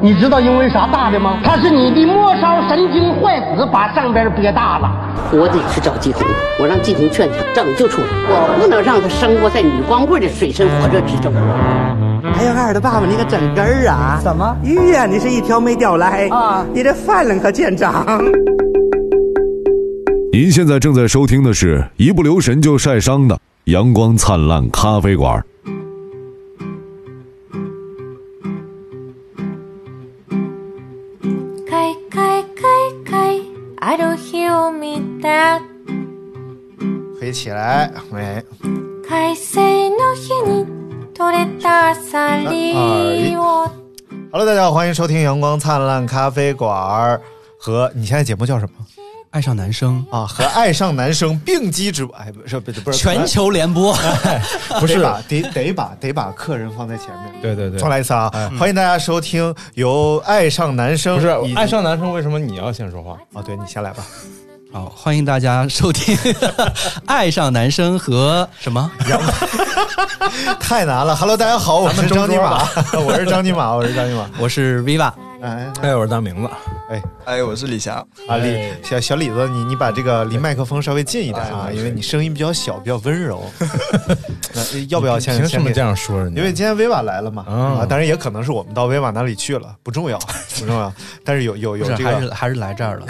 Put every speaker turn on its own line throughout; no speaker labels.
你知道因为啥大的吗？它是你的末梢神经坏死，把上边憋大了。
我得去找季红，我让季红劝他拯救出来，我不能让他生活在女光棍的水深火热之中。
哎呀，二的爸爸，你可整根儿啊！
怎么？
玉啊，你是一条没掉来
啊
你这饭量可见长。
您现在正在收听的是一不留神就晒伤的《阳光灿烂咖啡馆》。
かいかいかいかいある日を見た
可以起来，哎，
快晴の日に取れたアサリを
Hello，大家好，欢迎收听阳光灿烂咖啡馆儿和你现在节目叫什么
爱上男生，
啊？和爱上男生并机直播，哎，不是不是不是
全球联播，
不是吧？得得把得把客人放在前面。
对对对，
重来一次啊！欢迎大家收听由爱上男生
不是
以及
爱上男生，为什么你要先说话？
哦，对你先来吧，
好、欢迎大家收听 《爱上男生》和什么？
太难了。Hello，大家好，我
咱
是
们
张尼
中
玛
桌，
我是张尼玛，我是张尼玛。
我是 Viva，
哎
哎，我是大明子，
哎，
哎，我是李翔，
啊
哎
李小小李子，你你把这个离麦克风稍微近一点啊，因为你声音比较小，比较 温柔。那呃要不要先
凭什
先
么
给
这样说人家？
因为今天维瓦来了嘛，
嗯
啊，当然也可能是我们到维瓦那里去了，不重要，不重要。但是有有
不
有
是，
这
还是
个，
还是来这 儿了，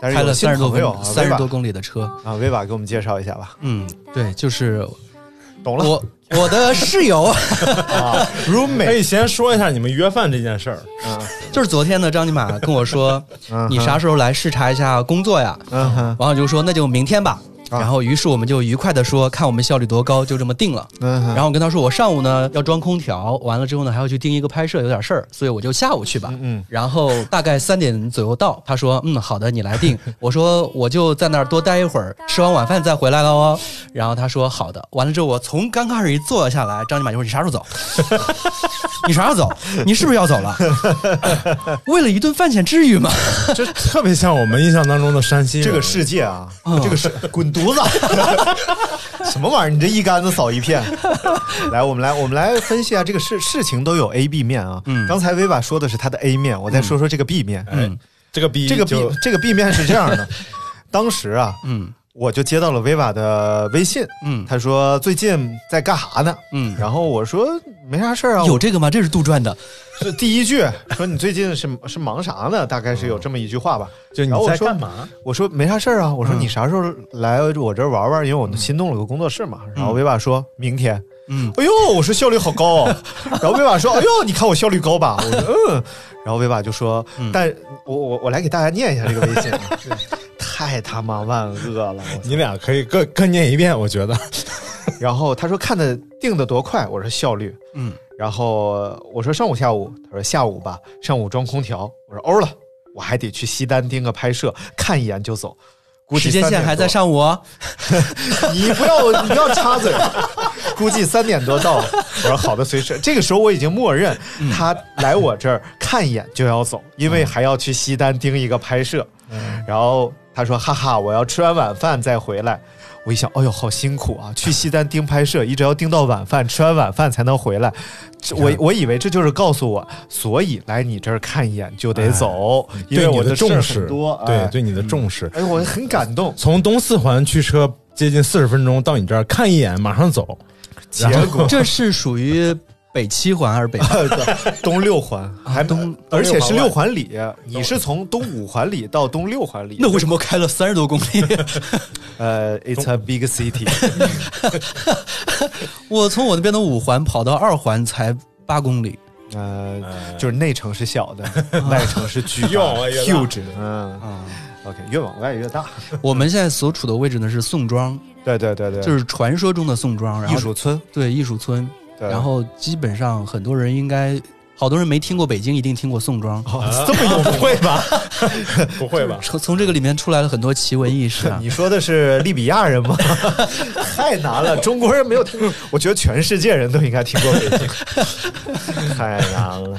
但是
开
有
了
新
三十多
朋友
公
啊，
三
维
十
瓦
多公里的车。
啊，维瓦给我们介绍一下吧。
嗯，对，就是
懂了
我我的室友，
啊
可以
，roommate，
先说一下你们约饭这件事儿。
就是昨天呢，张尼玛跟我 说
嗯哼，
你啥时候来视察一下工作呀？
嗯哼，
然后就说那就明天吧。
啊
然后，于是我们就愉快的说，看我们效率多高，就这么定了。
嗯哼
然后我跟他说，我上午呢要装空调，完了之后呢还要去盯一个拍摄，有点事儿，所以我就下午去吧。
嗯
然后大概三点左右到，他说嗯好的，你来定。我说我就在那儿多待一会儿，吃完晚饭再回来了哦。然后他说好的。完了之后，我从刚开始一坐下来，张尼玛就说你啥时候走？ 你啥时候走？你是不是要走了？ 为了一顿饭钱，至于吗？
这特别像我们印象当中的山西人
这个世界啊，
嗯
这 个是滚犊子，什么玩意儿？你这一竿子扫一片。来，我们来，我们来分析一下这个事事情都有 A、B 面啊。
嗯
刚才维瓦说的是他的 A 面，我再说说这个 B 面。
哎，这个逼
这个 B
就
这个 B 面是这样的， 当时啊，
嗯
我就接到了维瓦的微信，
嗯
他说最近在干啥呢？
嗯，
然后我说没啥事儿啊，
有这个吗？这是杜撰的。
这第一句说你最近是是忙啥呢？大概是有这么一句话吧。
嗯就
然后
你
我
在
说
干嘛？嗯
我说没啥事儿啊，我说你啥时候来我这儿玩玩？因为我新弄了个工作室嘛。
嗯
然后维瓦说明天。
嗯，
哎呦，我说效率好高哦。然后维瓦说，哎呦，你看我效率高吧？我说嗯。然后维瓦就说，
嗯
但我我我来给大家念一下这个微信啊， 太他妈万恶了。我操
你俩可以各各念一遍，我觉得
然后他说看的定的多快，我说效率，
嗯，
然后我说上午下午，他说下午吧，上午装空调，我说欧了，我还得去西单盯个拍摄，看一眼就走，估计
时间
3点
线还在
多，
上午哦，
你不要你不要插嘴， 估计三点多到，我说好的，随时，这个时候我已经默认他来我这儿看一眼就要走，因为还要去西单盯一个拍摄，然后他说哈哈，我要吃完晚饭再回来。我一想，哎呦，好辛苦啊！去西单盯拍摄，一直要盯到晚饭，吃完晚饭才能回来。这我我以为这就是啊告诉我，所以来你这儿看一眼就得走，因为
对你
我哎的
的
事儿
重
很
视，
多，哎
对对你的
嗯
重视。
哎，我很感动。
从东四环驱车接近四十分钟到你这儿，看一眼马上走，
结
然后
果
这是属于北七环还是 北八？
东六环
啊
还呃
东
而且是六环里，你是从东五环里到东六环里。
那为什么开了三十多公里？
呃，It's a big city，
我从我那边的五环跑到二环才八公里。
呃，就是内城是小的，外城是巨大
越哎往外越大啊
huge，嗯，OK，越往外越大。
我们现在所处的位置呢是宋庄，
对对对对，
就是传说中的宋庄，然后
艺术村。
对艺术村，
对
然后基本上很多人应该。好多人没听过北京，一定听过宋庄。
哦这么有不会 吧？
不会吧？
从从这个里面出来了很多奇闻异事啊。
你说的是利比亚人 吗？太难了，中国人没有听过，我觉得全世界人都应该听过北京，太难了。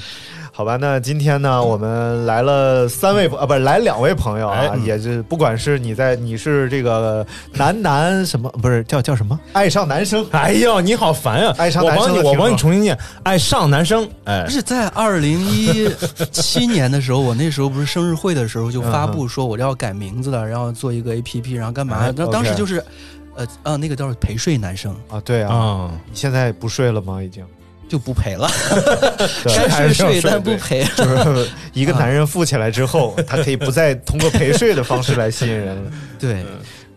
好吧，那今天呢，我们来了三位啊，不是来两位朋友啊，也是不管是你在你是这个男男什么，不是叫叫什么，爱上男生，
哎呦，你好烦啊！
爱上
我
男
帮
生
你，
的
我
听
帮你
众
重新念，爱上男生，哎
不，是在二零一七年的时候，我那时候不是生日会的时候就发布说我要改名字了，然后做一个 A P P，然后干嘛
哎？
那当时
OK
就是，呃啊，那个叫陪睡男生
啊，对啊，
啊，
你现在不睡了吗？已经
就不陪了，
对
该
还
睡
是要睡
但不
对
陪。
就是一个男人富起来之后，他可以不再通过陪睡的方式来吸引人了。
对，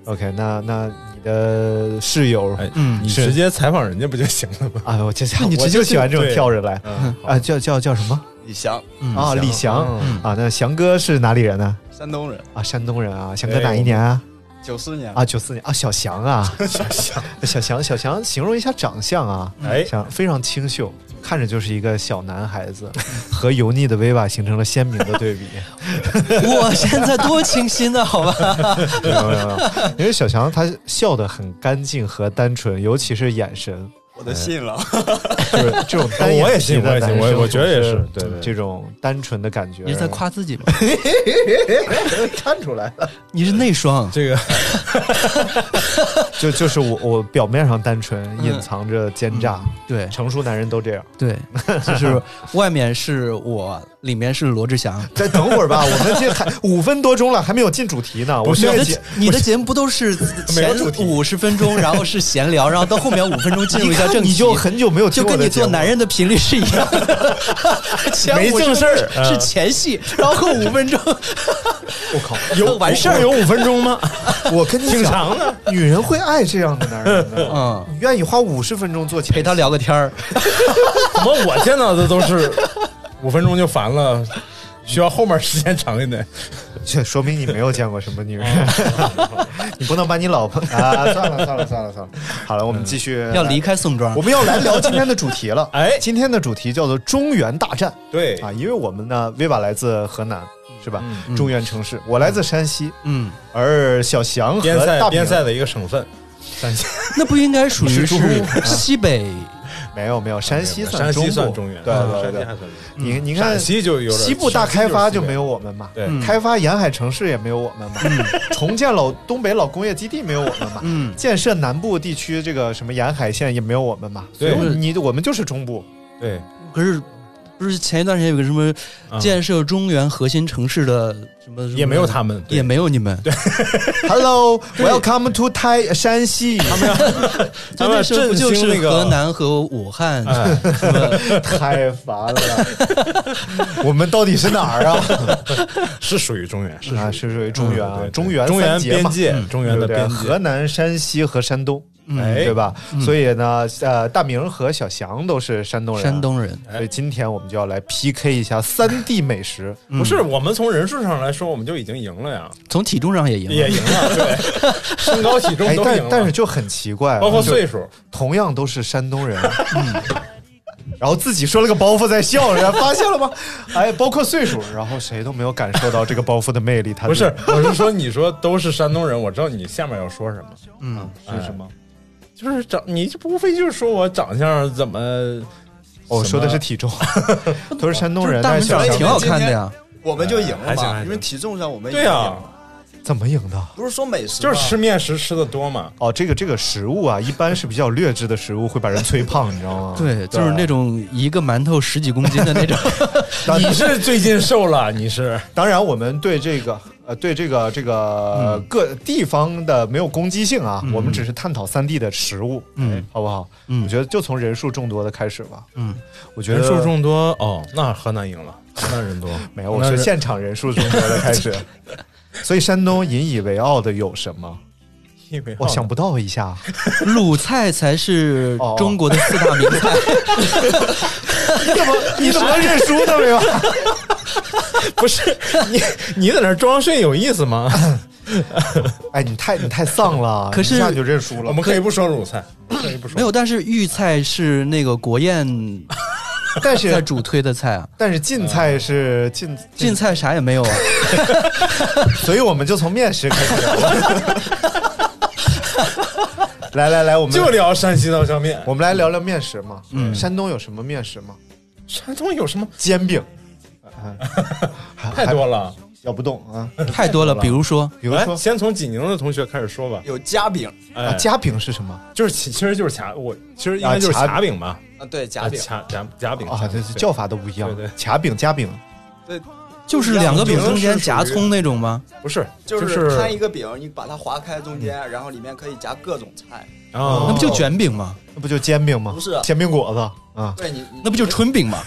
OK，那那你的室友
哎，
嗯
你
是
直接采访人家不就行了吗？
啊，我就想
那你，
我
直接
就喜欢这种
对
跳着来
嗯
啊，叫叫叫什么
李翔，
嗯
啊？李翔
嗯
啊，那翔哥是哪里人呢？
山东人，
啊，山东人啊，翔哥
哎
哪一年啊？
九四年
啊，九四年啊，小翔啊，小翔， 小翔，小翔，形容一下长相啊，
哎
像非常清秀，看着就是一个小男孩子，和油腻的威瓦形成了鲜明的对比。
我现在多清新啊，好吧？
没有没有没有，因为小翔他笑得很干净和单纯，尤其是眼神，
我都信了，
就是 这种单
我
眼
也
皮
信我
的
也
男
信
生，
我我觉得也是对对
这种单纯的感觉。
你是在夸自己吗？
看出来了，
你是内双，
这个
就就是我我表面上单纯，隐藏着奸诈，
嗯
对
成熟男人都这样。
对，就是外面是我，里面是罗志祥。
再等会儿吧， 我们这还五分多钟了，还没有进主题呢。我
你
需要
啊的
解
你的节目不都是前五十分钟，然后是闲聊，然后到后面五分钟进入一下正题，
你就很久没有听
就
我的
跟你
节目
做男人的频率是一样的，前
没
50
正事儿
分钟是前戏，然后后五分钟，
我靠，
有完事 儿
有五分钟吗？
我跟你
挺
讲，
长的，
女人会爱这样的男人 的。
嗯，
你愿意花五十分钟做前
陪他
戏
聊个天儿，
怎么我见到的都是五分钟就烦了，需要后面时间长一点。
这说明你没有见过什 么女人，
嗯
你不能把你老婆啊，算了算了算了算了，好了，我
嗯
们继续
要离，开宋庄
我。们要来聊今天的主题了。
哎
今天的主题叫做中原大战
对嗯
啊，因为我们呢，威瓦来自河南，是吧？中原城市，我来自山西，
嗯，
而小翔
边
和
塞
大明
边塞的一个省份，山西
那不应该属于
是中
是西北
没有没有，山西算
山
中
西
部
算中
啊
原，
对
嗯
对
山西
对
还，算中原
你
嗯
你看
陕西就有点
西部大开发就没有我们嘛，
对
开发沿海城市也没有我们嘛， 重建老东北老工业基地没有我们嘛，
嗯
建设南部地区这个什么沿海县也没有我们嘛，所
对
以你我们就是中部，
对
嗯可是不是前一段时间有个什么
嗯
建设中原核心城市的什么，
也没有他们，对
也没有你们，
Hello，welcome to 台山西，
就那时候不就
咱们振
是
兴那个
河南和武汉
哎
什么？
太烦了， 我们到底是哪儿啊？
是属于中原，是 嗯
啊，是属于中原啊
对，对
中原
中原
三杰
边
嘛
界，
嗯
中原的
对不对？
边
河
界，
南、山西和山东，
哎
对吧？所以呢，呃，大明和小翔都是山东人，
嗯
啊
山。东人，
所以今天我们就要来 PK 一下三 D 美食。
不是我们从人数上来说，我们就已经赢了呀，
嗯从体重上也赢了，
也赢了，对，身高体重
哎，
都赢
但
了，
但是就很奇怪啊，
包括
就
岁数，
同样都是山东人，嗯然后自己说了个包袱在笑，然后发现了吗？哎，包括岁数，然后谁都没有感受到这个包袱的魅力。他
不是，我是说你说都是山东人，我知道你下面要说什么，哎
嗯，
是什么？
就是长，你这不无非就是说我长相怎么。
我
什
哦说的
么
是体重， 都是山东
就是
人，
大
但
明
是小
长得
翔
挺好看的呀，
我们就赢了
哎还行还
嘛，
行
因为体重上我们
对
呀、
哎
呀，
怎么赢的？
不是说美食
就
吗
是吃面食吃的多嘛，
哦，这个这个食物啊，一般是比较劣质的食物，会把人催胖，你知道
啊
吗？
对，就是那种一个馒头十几公斤的 那种，
你是最近瘦了，你是
当然，我们对这个呃，对这个这个、各地方的没有攻击性啊，我们只是探讨三地的食物，嗯，好不好？
嗯
我觉得就从人数众多的开始吧。
嗯，
我觉得
人数众多哦，那河南赢了，河南人多
没有，我说现场人数众多的开始。所以山东引以为傲的有什么？我想不到一下，
哦
鲁菜才是
哦
中国的四大名菜，
你怎么认输呢？没有，
不是你你在那儿装睡有意思吗？
哎，你太你太丧了，
可是
一下就认输了。
我们可以不说鲁菜，可以不说
没有，但是豫菜是那个国 宴
但
在
是
主推的菜啊，
但是晋菜是晋
晋，菜啥也没有啊，
所以我们就从面食开始聊 了。来来来，我 们
就聊山西刀削面。
我们来聊聊面食嘛。嗯，山东有什么面食吗？
山东有什么
煎饼，嗯
太多了。哎
咬不动啊。
太 多了。比如说，
比如
来，
说
先从济宁的同学开始说吧。
有夹饼
啊，
哎，
夹饼是什么
就是其其实就是夹，我其实应该就是
啊夹
夹饼吧，
啊，对，夹
啊
饼，
夹夹夹饼
啊？这是
对
叫法都不一样
对对。
夹饼夹饼，
就是两个饼中间夹葱那种吗？
不是
就
就是
摊一个饼，你把它划开中间，然后里面可以夹各种菜。
啊
那不就卷饼吗？
那不就煎饼吗？
不是
煎饼果子啊，
对你，你
那不就春饼吗？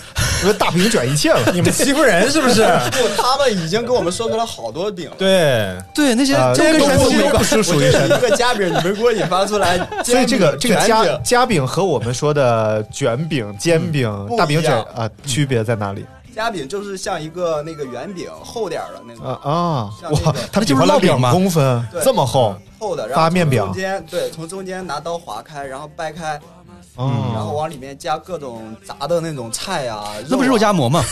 我大饼卷一切 了。
你们欺负人是不是？
不，他们已经给我们说出来好多饼了。
对，
对，那些
啊
就跟
这
神
东
没
西
关
不是
我
属于
这
神
有一个夹饼，你没给我引发出来。
所以这个这个
煎饼
夹
卷饼
夹饼和我们说的卷饼、煎饼、
不
大饼
一
卷
样
啊，区别在哪里？
夹饼就是像一个那个圆饼厚点儿的那
嗯
啊
种
啊，
像那
哇
个，
它
那
比
就是
划了
烙饼
两
嘛
公分，
对
这么厚
厚的，然
发
后
面
从
饼
中间对，从中间拿刀划开，然后掰开，然后
哦
往里面加各种炸的那种菜啊，
那不是
肉
肉
啊
夹馍吗？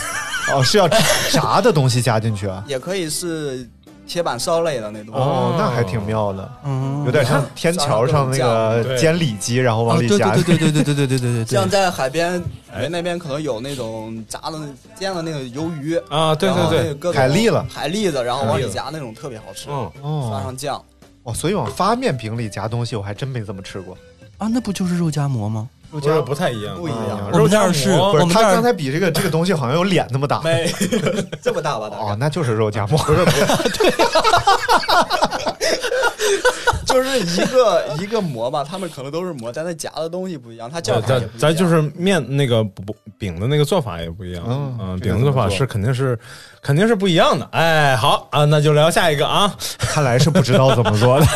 哦，是要炸的东西加进去啊？
也可以是铁板烧类的那种。
哦
哦，
那还挺妙的，
嗯，
有点像天桥上那个
对
煎里脊，然后
啊，
往
对
里
对
加。
对对对对对对对对对
像
对。
在海边
哎
那边可能有那种炸的、煎的那个鱿鱼，
啊，对
然后那
对
个
对，
各种
海蛎了
海蛎子，然后往
海蛎
里
子
夹那种特别好吃，
嗯，
刷
哦
上酱。
哦，所以往发面饼里夹东西，我还真没怎么吃过。
啊，那不就是肉夹馍吗？
不是不太一样，
不一
啊
样
我
肉
们这
夹
儿是
馍
不是
我，们
他
这儿
刚才比这个这个东西好像有脸那么大。
没
这么大吧？大
哦
概，
那就是肉夹馍。不是，
就是一个一个馍吧，他们可能都是馍，但它夹的东西不一样，它叫
咱
法也
咱
不一样
咱就是面那个不不饼的那个做法也不一样，
嗯
嗯，
这
饼
个
的做
怎么
法
做
是肯定是肯定是不一样的。哎，好啊，那就聊下一个啊，
看来是不知道怎 么做的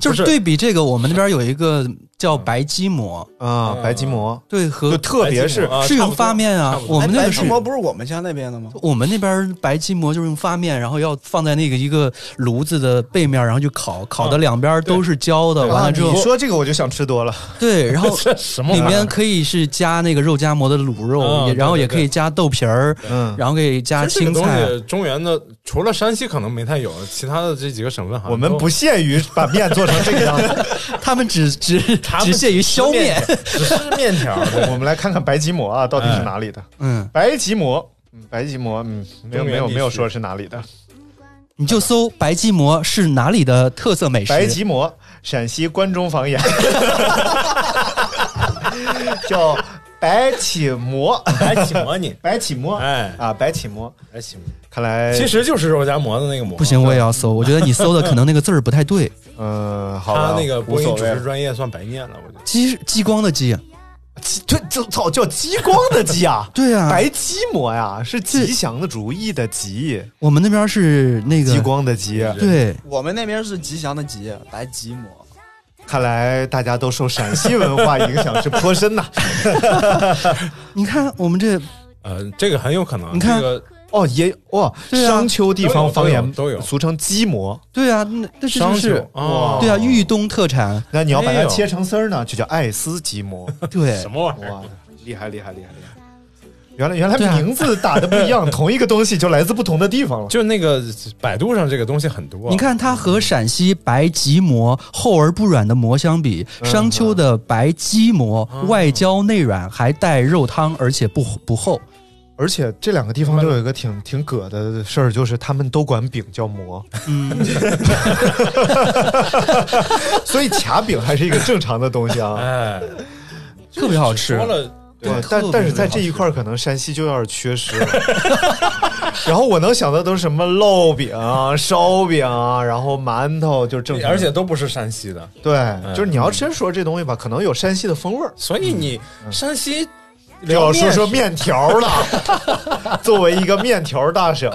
就是对比这个，我们那边有一个叫白鸡馍，
啊，白吉馍。
对，和
就特别是
啊
是用发，面
差
啊
不，多
我们那
哎
个
白
是
吉。馍不是我们家那边的吗？
我们那边白吉馍就是用发面，然后要放在那个一个炉子的背面，然后去烤，烤的两边都是焦
呃
的。完
啊
了之后
你，说这个我就想吃多了。
对，然后
这什么玩
里
意儿
面可以是加那个肉夹馍的卤肉，
嗯
也然后
对对
也可以加豆皮儿，
嗯，
然后可以
差
加
不多其实
青
这个
菜
东。西中原的除了山西可能没太有，其他的这几个省份好像
啊我们
都
不限于把面做成这个样子。
他们只只
他们
只限于削面
面。只是面条 儿，哎
我们来看看白吉馍啊，到底是哪里的？
嗯，
白吉馍，嗯白吉馍，嗯，没有
中原
没有
地区
没有说是哪里的。
你就搜白吉馍是哪里的特色美食。
白吉馍，陕西关中 方言，叫白起馍，
来请吧你，
白起馍，
哎，
啊，白起馍，
来请。
看来
其实就是肉夹馍的那个馍，
不行，我也要搜。我觉得你搜的可能那个字儿不 太对。
嗯，好吧
他啊那个
无
播音
所
主
谓
持。专业算白念了，我觉得。
激激光的啊激，，
鸡这这操叫激光的激啊
对啊，
白鸡馍呀，是吉祥的如意的吉，
我们那边是那个
激光的激。
对，
我们那边是吉祥的吉，白吉馍。
看来大家都受陕西文化影响是颇 深呐。
你看我们这
呃，这个很有可能。
你看
这个
哦，也哇，
对啊
商丘地方方言
都有都有
俗称鸡馍。
对啊，那那这就
商
是
丘啊，
对啊，豫东特产，
那你要把
哎
它
呦
切成丝儿呢，就叫艾斯鸡馍。
对
什，么玩意儿？
哇，厉害厉害厉害厉害！原来原来
对啊
名字打的不一样，同一个东西就来自不同的地方了。
就那个百度上这个东西很多。啊
你，看它和陕西白吉馍厚而不软的馍相比，
嗯
商丘的白鸡馍外焦内软，还带肉汤，而且不不厚。
而且这两个地方都有一个挺挺葛的事儿，就是他们都管饼叫馍，
嗯，
所以卡饼还是一个正常的东西 啊。
哎，
特别好吃
说。了，
对
对，
但
特别
但是在这一块儿，可能山西就有点缺失了。 然后我能想到都是什么烙饼、啊烧饼，啊然后馒头，就是正常的。
而且都不是山西的，
嗯
对，就是你要真说这东西吧，可能有山西的风味儿。
所以你山西
嗯就
聊
要
面
说说面条了， 作为一个面条大省，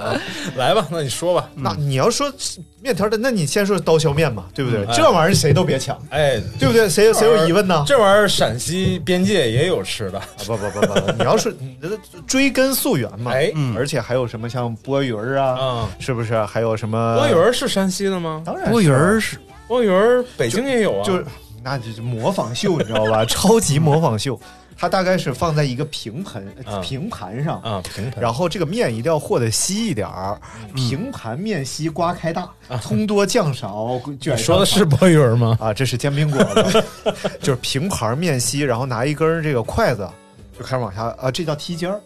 来吧，那你说吧。
那你要说面条的，那你先说刀削面嘛，对不对？
嗯哎
这玩意儿谁都别抢，
哎，
对不对？谁谁有疑问呢？
这玩意儿陕西边界也有吃的，
啊不不不不，你要是你这追根溯源嘛，
哎
嗯
而且还有什么像钵盂儿啊，
啊，
是不是？还有什么
波鱼？儿呃是啊山西的吗？
当然
波
是
鱼儿是
波鱼儿北京也有啊，
就是那就是模仿秀，你知道吧？ 超级模仿秀，它大概是放在一个平盆
嗯
平盘上，
啊平台。
然后这个面一定要和的稀一点儿，
嗯
平盘面稀，刮开大，葱多酱 少，卷
你说的
上
是波鱼儿吗？
啊，这是煎饼果子，就是平盘面稀，然后拿一根儿这个筷子就开始往下啊，这叫踢毽儿，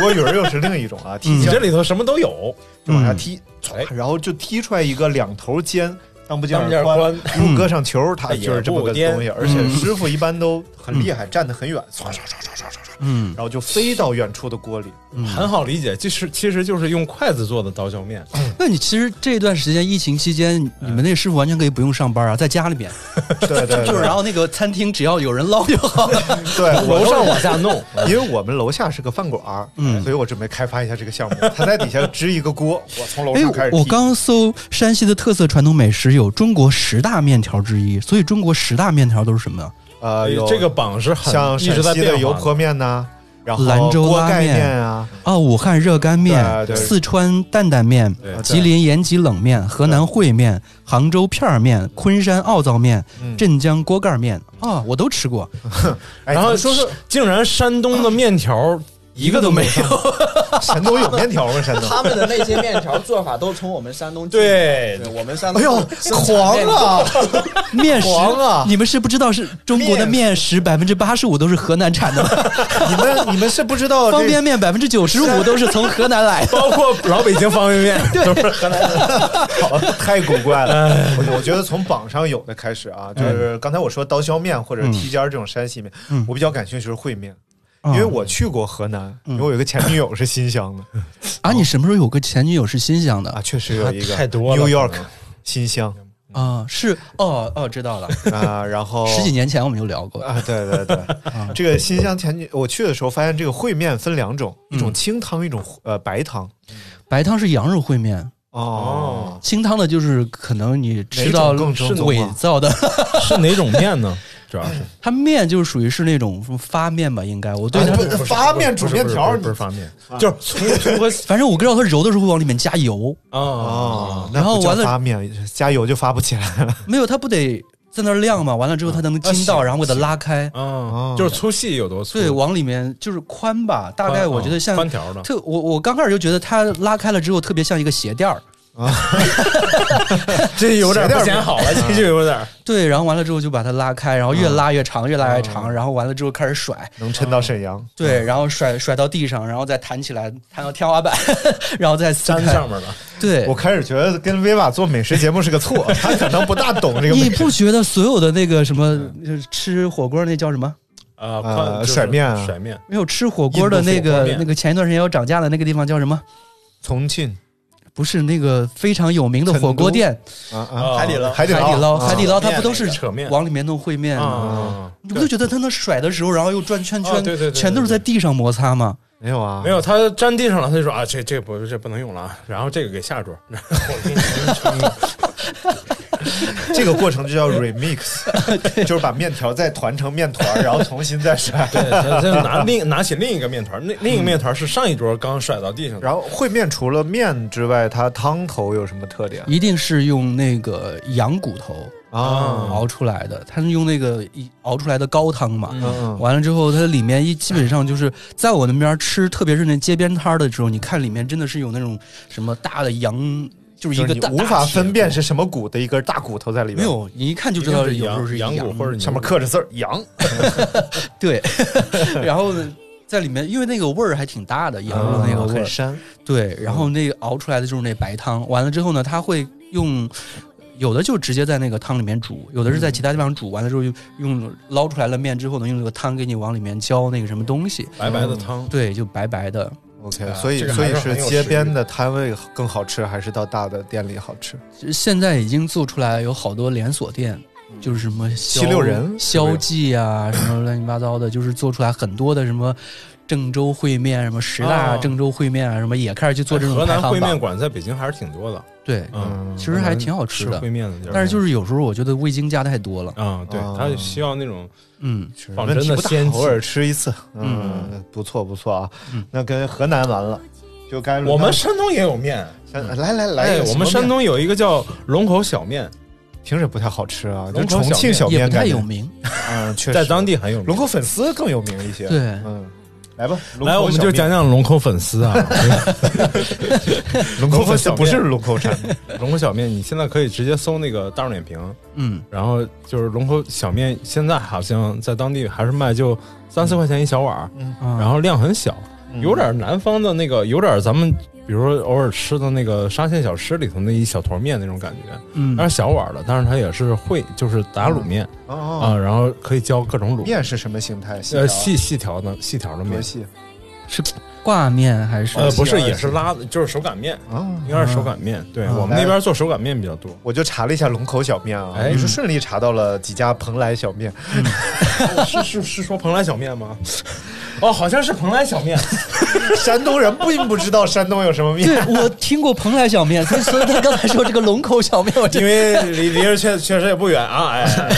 国语儿又是另一种啊，踢
你
毽
嗯这
儿
里头什么都有，
就往下踢，
哎
唰然后就踢出来一个两头尖。当不进
当不进
耳
耳
宽
宽，
如搁上球，它
哎
就是这么个
也不颠嗯
东西。而且师傅一般都很厉害，站得很远，唰唰唰唰唰唰唰，
嗯
然后就飞到远处的锅里。
很好理解。这是其实就是用筷子做的刀削面，
那你其实这段时间疫情期间，你们那师傅完全可以不用上 班啊，在家里面，
对对对，
就是然后那个餐厅只要有人 捞就好了。
对，我
楼
都
上往下弄，
因为我们楼下是个饭馆儿，
嗯
所以我准备开发一下这个项目。他在底下支一个锅，我从楼
哎
上开始，踢。
我刚搜山西的特色传统美食有中国十大面条之一，所以中国十大面条都是什么呀？
呃，有
哎这个榜是很
像
一
陕
直在
西
变
的
化
油泼面呐，然后
兰州
锅
拉
盖
面
面啊，
啊，武汉热干面、
对对
四川担担面、
啊对
吉林延吉冷面、河南烩面、杭州片儿面、昆山鏊糟面、
嗯
镇江锅盖面啊，我都吃过。
哎
然后
咱们
说竟然山东的面条 一个都没有，
山东有面条吗？山东
他们的那些面条做法都从我们山东进来
对
对，我们山
哎
东
呦，
生产
狂
面
啊！
面食
狂啊
你们是不知道是中国的面食百分之八十五都是河南产的吗？
你们你们是不知
哦
道
方
这
便面百分之九十五都是从河南来的。
包括 老北京方便面，都是河南的。 哎
好太古怪了。我我觉得从榜上有的开始啊，就是刚才我说刀削面或者
嗯
踢尖儿这种山西面，
嗯
我比较感兴趣是烩面，
嗯
哦
因为我去过河南，因为我有个前女友是新乡的
啊，你什么时候有个前女友是新乡的
啊，确实有一个
太多了
New
可
York
能
新 乡
嗯
啊？是哦哦，知道了，
啊，然
哦
后
十几年前我们就聊过。
啊，对对 对，
啊
这个新乡前女我去的时候发现这个烩面分两种，一种
嗯
清汤，一种呃白汤。
白汤是羊肉烩面，
哦，
清汤的就是可能你吃
哪
到
种更正宗啊
伪造的，
是哪种面呢？主要是
它面就是属于是那种发面吧，应该我
啊
对它，
不是发面煮面条
不
儿
是不是发面，就是粗粗和
反正我知道它揉的时候会往里面加油，
啊，
哦，那
然后
不叫
完了
发面加油就发不起来 了。
没有它不得在那儿晾嘛，完了之后它能筋道，
行
然后给它拉开，
啊，就是粗细有多粗？
对，往里面就是宽吧，大概我觉得像
宽条的，
特我我刚开始就觉得它拉开了之后特别像一个鞋垫儿，
这有点不显好了，这就有点
对，然后完了之后就把它拉开，然后越
嗯
拉越长，越拉越长，然后完了之后开始甩，
能抻到沈阳，
对，然后甩甩到地上，然后再弹起来，弹到天花板， 然后再撕
粘
开
上面了。
对
我，开始觉得跟薇瓦做美食节目是个错，他可能不大懂这个
你
美食。
不觉得所有的那个什么就是吃火锅那叫什么？
啊，
呃
嗯宽就是
甩面啊
甩面，
没有吃火锅的那
印度火锅
个
面
那个前一段时间要涨价的那个地方叫什么？
重庆
不是那个非常有名的火锅店，
啊啊，
啊
海底捞，海
哦海底捞，
啊
海底捞它不都
面
是
那个扯面
往里面弄烩面吗？
啊，
你不就觉得它那甩的时候，然后又转圈圈，
啊对对对对
全都是在地上摩擦吗？
没有啊，
没有，他粘地上了，他就说啊，这这不这不能用了啊，然后这个给下桌，然后我给你
这个过程就叫 remix，就是把面条再团成面团儿，然后重新再 甩。
对，他他拿另拿起另一个面团，那另一个面团是上一桌刚甩到地上的，
然后烩面除了面之外，它汤头有什么特点
一定是用那个羊骨头嗯
啊？
熬出来的，它是用那个一熬出来的高汤嘛。
嗯
完了之后，它里面一基本上就是在我那边吃，特别是那街边摊儿的时候，你看里面真的是有那种什么大的羊，就是
就是
一个
你
大
无法分。
大
辨是什么骨的一根大骨头在里
铁
面，嗯
没有，你一看就知道
一定是
有时候是
羊羊骨或者牛
上面刻着字儿羊。
对， 然后呢，在里面，因为那个味儿还挺大的，羊肉
哦
那个味
很，
儿
膻，
对，
嗯
然后那个熬出来的就是那白汤，完了之后呢，它会用。有的就直接在那个汤里面煮，有的是
嗯
在其他地方煮，完了之后用用捞出来了面之后呢，用这个汤给你往里面浇那个什么东西，
白白的汤，
对，就白白的。
OK，
啊
所以
这个
所
还
以
是
是
很有
街
食
边
欲
的摊位更好吃，还是到大的店里好吃？
现在已经做出来有好多连锁店，
嗯
就是什么
七六人
肖记啊，什么乱七八糟的，就是做出来很多的什么郑州烩面，什么十大
哦
郑州烩面啊，什么也开始去做这种
哎河
排
南
行
烩面
榜。
馆在北京还是挺多的，
对，
嗯，
其实还挺好吃
吃
的
烩，面的地儿，
但是就是有时候我觉得味精加太多了。
啊，对，
啊
它需要那种
嗯，
仿
问
真
题
的
不大
鲜
偶尔吃一次，嗯
嗯，
不错不错啊
嗯。
那跟河南完了，就该轮到
我们山东也有面，
山呃来来来一
哎
个，什么面，
我们山东有一个叫龙口小面，
听着不太好吃啊，就
龙口
重
小
庆
面
小
也
面
不太
感 觉
有，名。
嗯，确实
在当地很有名。
龙口粉丝更有名一些。
对
嗯，来吧，龙
来，
口
我们
小
就
面
讲讲龙口粉丝 啊，
龙口粉丝
龙口小面
不是龙口产的，
龙口小面，你现在可以直接搜那个大众点评，
嗯，
然后就是龙口小面，现在好像在当地还是卖就三四块钱一小碗儿，
啊
然后量很小，有点南方的那个，有点咱们比如说偶尔吃的那个沙县小吃里头那一小坨面那种感觉，
嗯
它是小碗的，但是它也是烩，就是打卤面
哦，
啊，然后可以浇各种卤，
面是什么形态？
呃，
细
细细条的细条的
条
面
多，细
挂面还是
呃，不是，
细
也是
啊
拉的，就是手擀面，
哦。
应该是手擀面。对
嗯
我们那边做手擀面比较多，
我就查了一下龙口小面啊，
哎
于是顺利查到了几家蓬莱小面。
是是是说蓬莱小面 吗？哦，好像是蓬莱 小面，
山东人并不知道山东有什么
对
面，
我听过蓬莱小面，所以所以他刚才说这个龙口小面，我
因
这
为离离着确确实也不远啊。 哎，哎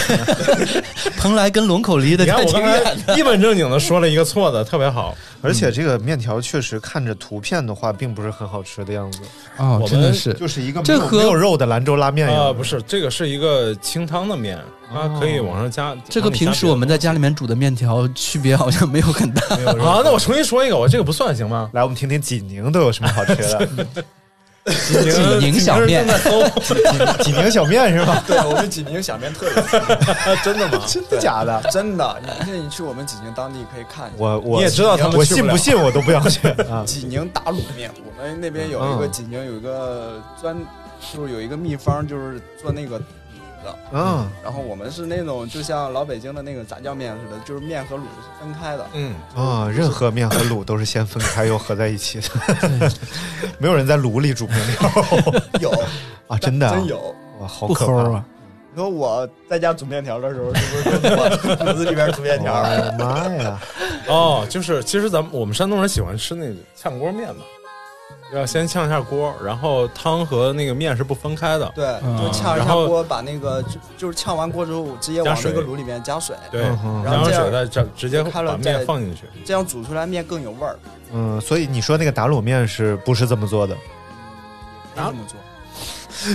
蓬莱跟龙口离得
你看
还
我
挺
刚
远
才一本正经的说了一个错的，特别好。
而且这个面条确实看着图片的话，并不是很好吃的样子，
哦，真的是
就是一个没
这
有
和
没有肉的兰州拉面一
啊，
样。
不是，这个是一个清汤的面，它可以往上加。
哦这个平时我们在家里面煮的面条区别好像没有很 大。
往上加别的啊，那我重新说一个，我这个不算行吗？
来，我们听听济宁都有什么好吃的？
济宁
济宁小
济
面
宁正在搜
济宁小面是吧？
对我们济宁小面特别出名，真的吗？
真的假的？
真的，你现在你去我们济宁当地可以看一下。
我我
你也知道他们
我
去不
信
了
不信我都不 想去啊！
济宁打卤面，我们那边有一
嗯
个济宁有一个专，就是有一个秘方，就是做那个卤的。
嗯，
然后我们是那种就像老北京的那个杂酱面似的，就是面和卤是分开的。
嗯，
啊，任何面和卤都是先分开又合在一起的， 没有人在炉里煮面条
有
啊！真的啊
真有。
哇，好
不
可怕
齁啊！
你说我在家煮面条的时候，是不是跟我肚子里边煮面条？
哎呀妈呀！
哦，就是其实咱们我们山东人喜欢吃那个炝锅面嘛，要先炝一下锅，然后汤和那个面是不分开的。
对，就炝一下锅，把那个就就是炝完锅之后，直接往那个卤里面加水，
对，
嗯哼
然后
然后这
水再直直接
开了
把
再
面放进去。
这样煮出来面更有味儿。
嗯，所以你说那个打卤面是不是这么做的？
没这么做，
啊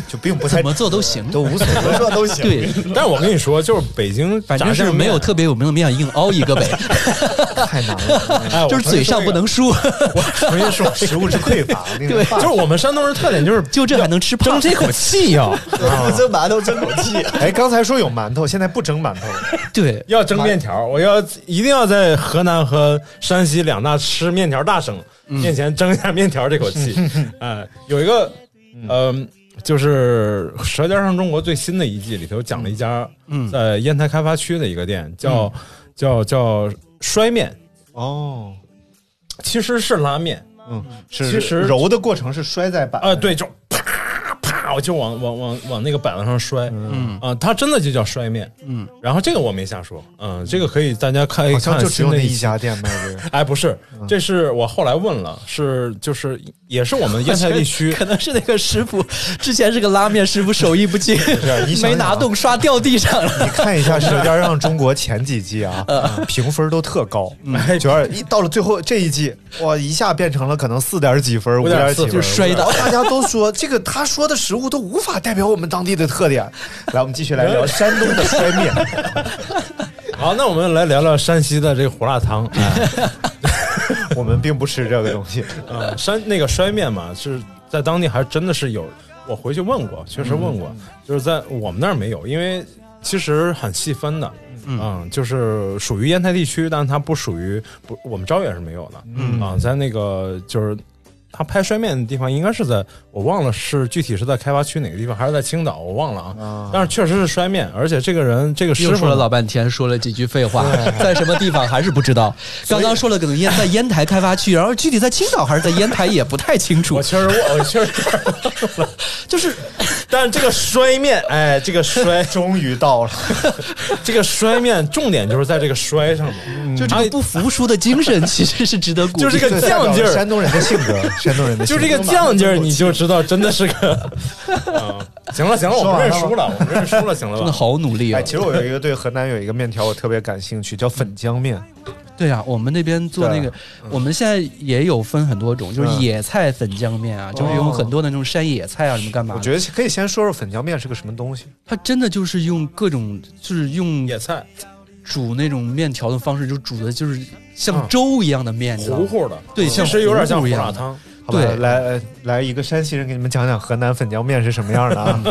就并不太
怎么做都行，都无所
怎么做 都行。
对，
但是我跟你说，就是北京
反正
炸
是
酱面
没有特别有名的面硬凹一个呗，
太难了，
哎，我
就是嘴上不能 输，
重新说，食物之匮乏。 那个
就是我们山东人特点就是
就这还能吃
争。
胖
这口气啊要
不 蒸馒头争口气。
哎，刚才说有馒头，现在不蒸馒头了。
对，
要蒸面条，我要一定要在河南和山西两大吃面条大省
嗯
面前争一下面条这口 气。哎，有一个，嗯，就是《舌尖上中国》最新的一季里头讲了一家
嗯
在烟台开发区的一个店，
嗯
叫叫叫摔面，
哦，
其实是拉面，
嗯，是
其实
揉的过程是摔在板
啊，对，就啪啪，我就往往往往那个板子上摔，嗯啊，它真的就叫摔面，嗯，然后这个我没瞎说，嗯，这个可以大家看一
好
看，
哎像就只有那
那
一。家店卖这个。
哎，不是，这是我后来问了，是就是也是我们烟台地区
可能是那个师傅之前是个拉面师傅，手艺不精
是你，想想
没拿动刷掉地上了。
你看一下《舌尖上中国》前几季 啊，评分都特高，九二一到了最后这一季，哇，一下变成了可能四点几分、五点几
5.4
分，
就是
摔
然
的
后大家都说这个他说的食物都无法代表我们当地的特 点。来，我们继续来聊山东的摔 面。
好，那我们来聊聊山西的这个胡辣 汤。哎，
我们并不吃这个东西，
啊，山那个摔面嘛，是在当地还真的是有，我回去问过，确实问过，就是在我们那儿没有，因为其实很细分的。嗯，就是属于烟台地区，但它不属于不，我们招远是没有的。嗯啊，在那个就是他拍摔面的地方，应该是在我忘了是具体是在开发区哪个地方，还是在青岛，我忘了啊。但是确实是摔面，而且这个人这个师
又
傅
说了老半天，说了几句废话，在什么地方还是不知道。刚刚说了可能烟在烟台开发区，然后具体在青岛还是在烟台也不太清楚
我。确实我我确实，
就是
但是这个摔面，哎，这个摔
终于到了。
这个摔面重点就是在这个摔上面，
就这个不服输的精神，其实是值得鼓励。
就是这个
代表了
犟劲儿
山东人的性 格，山东人的性
就
格
这个犟劲儿，你就知道真的是个。啊行了行了，我们认输了，我们认输了，行了
真
吧？
的好努力 啊
哎，！其实我有一个对河南有一个面条我特别感兴趣，叫粉浆面。
对啊，我们那边做那个，我们现在也有分很多种，
嗯
就是野菜粉浆面
哦
啊，就是有很多那种山野菜啊，什么
嗯
干嘛的？
我觉得可以先说说粉浆面是个什么东西。
它真的就是用各种，就是用
野菜
煮那种面条的方式，就煮的就是像粥一样的面，你知道
嗯糊糊
吗？
的，
对
其
像
实有点像
糊糊
胡
一
辣
样的
汤。
好吧
对
来呃来一个山西人给你们讲讲河南粉浆面是什么样的啊？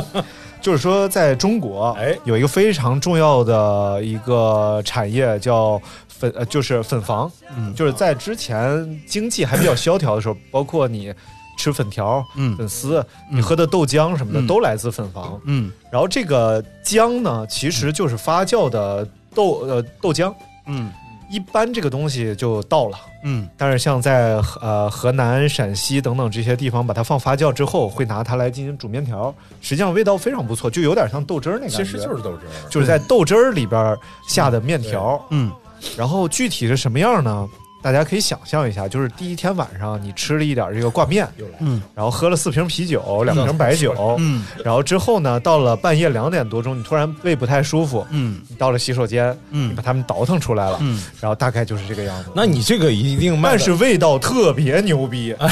就是说在中国，
哎
有一个非常重要的一个产业叫粉，呃，就是粉房，
嗯
就是在之前经济还比较萧条的 时候，包括你吃粉条、
嗯
粉丝，
嗯
你喝的豆浆什么的，
嗯
都来自粉房。
嗯
然后这个浆呢，其实就是发酵的豆呃豆浆，
嗯
一般这个东西就到了。
嗯
但是像在河呃河南、陕西等等这些地方，把它放发酵之后，会拿它来进行煮面条，实际上味道非常不错，就有点像豆汁儿那感觉。
其实就是豆汁儿，嗯
就是在豆汁儿里边儿下的面条。
嗯
然后具体是什么样呢？大家可以想象一下，就是第一天晚上你吃了一点儿这个挂面，
又来
嗯
然后喝了四瓶啤酒、两瓶白酒，
嗯
然后之后呢，到了半夜两点多钟，你突然胃不太舒服，
嗯
你到了洗手间，你
嗯
把它们倒腾出来了，
嗯，
然后大概就是这个样子。
那你这个一定卖
但
的
是味道特别牛逼，
嗯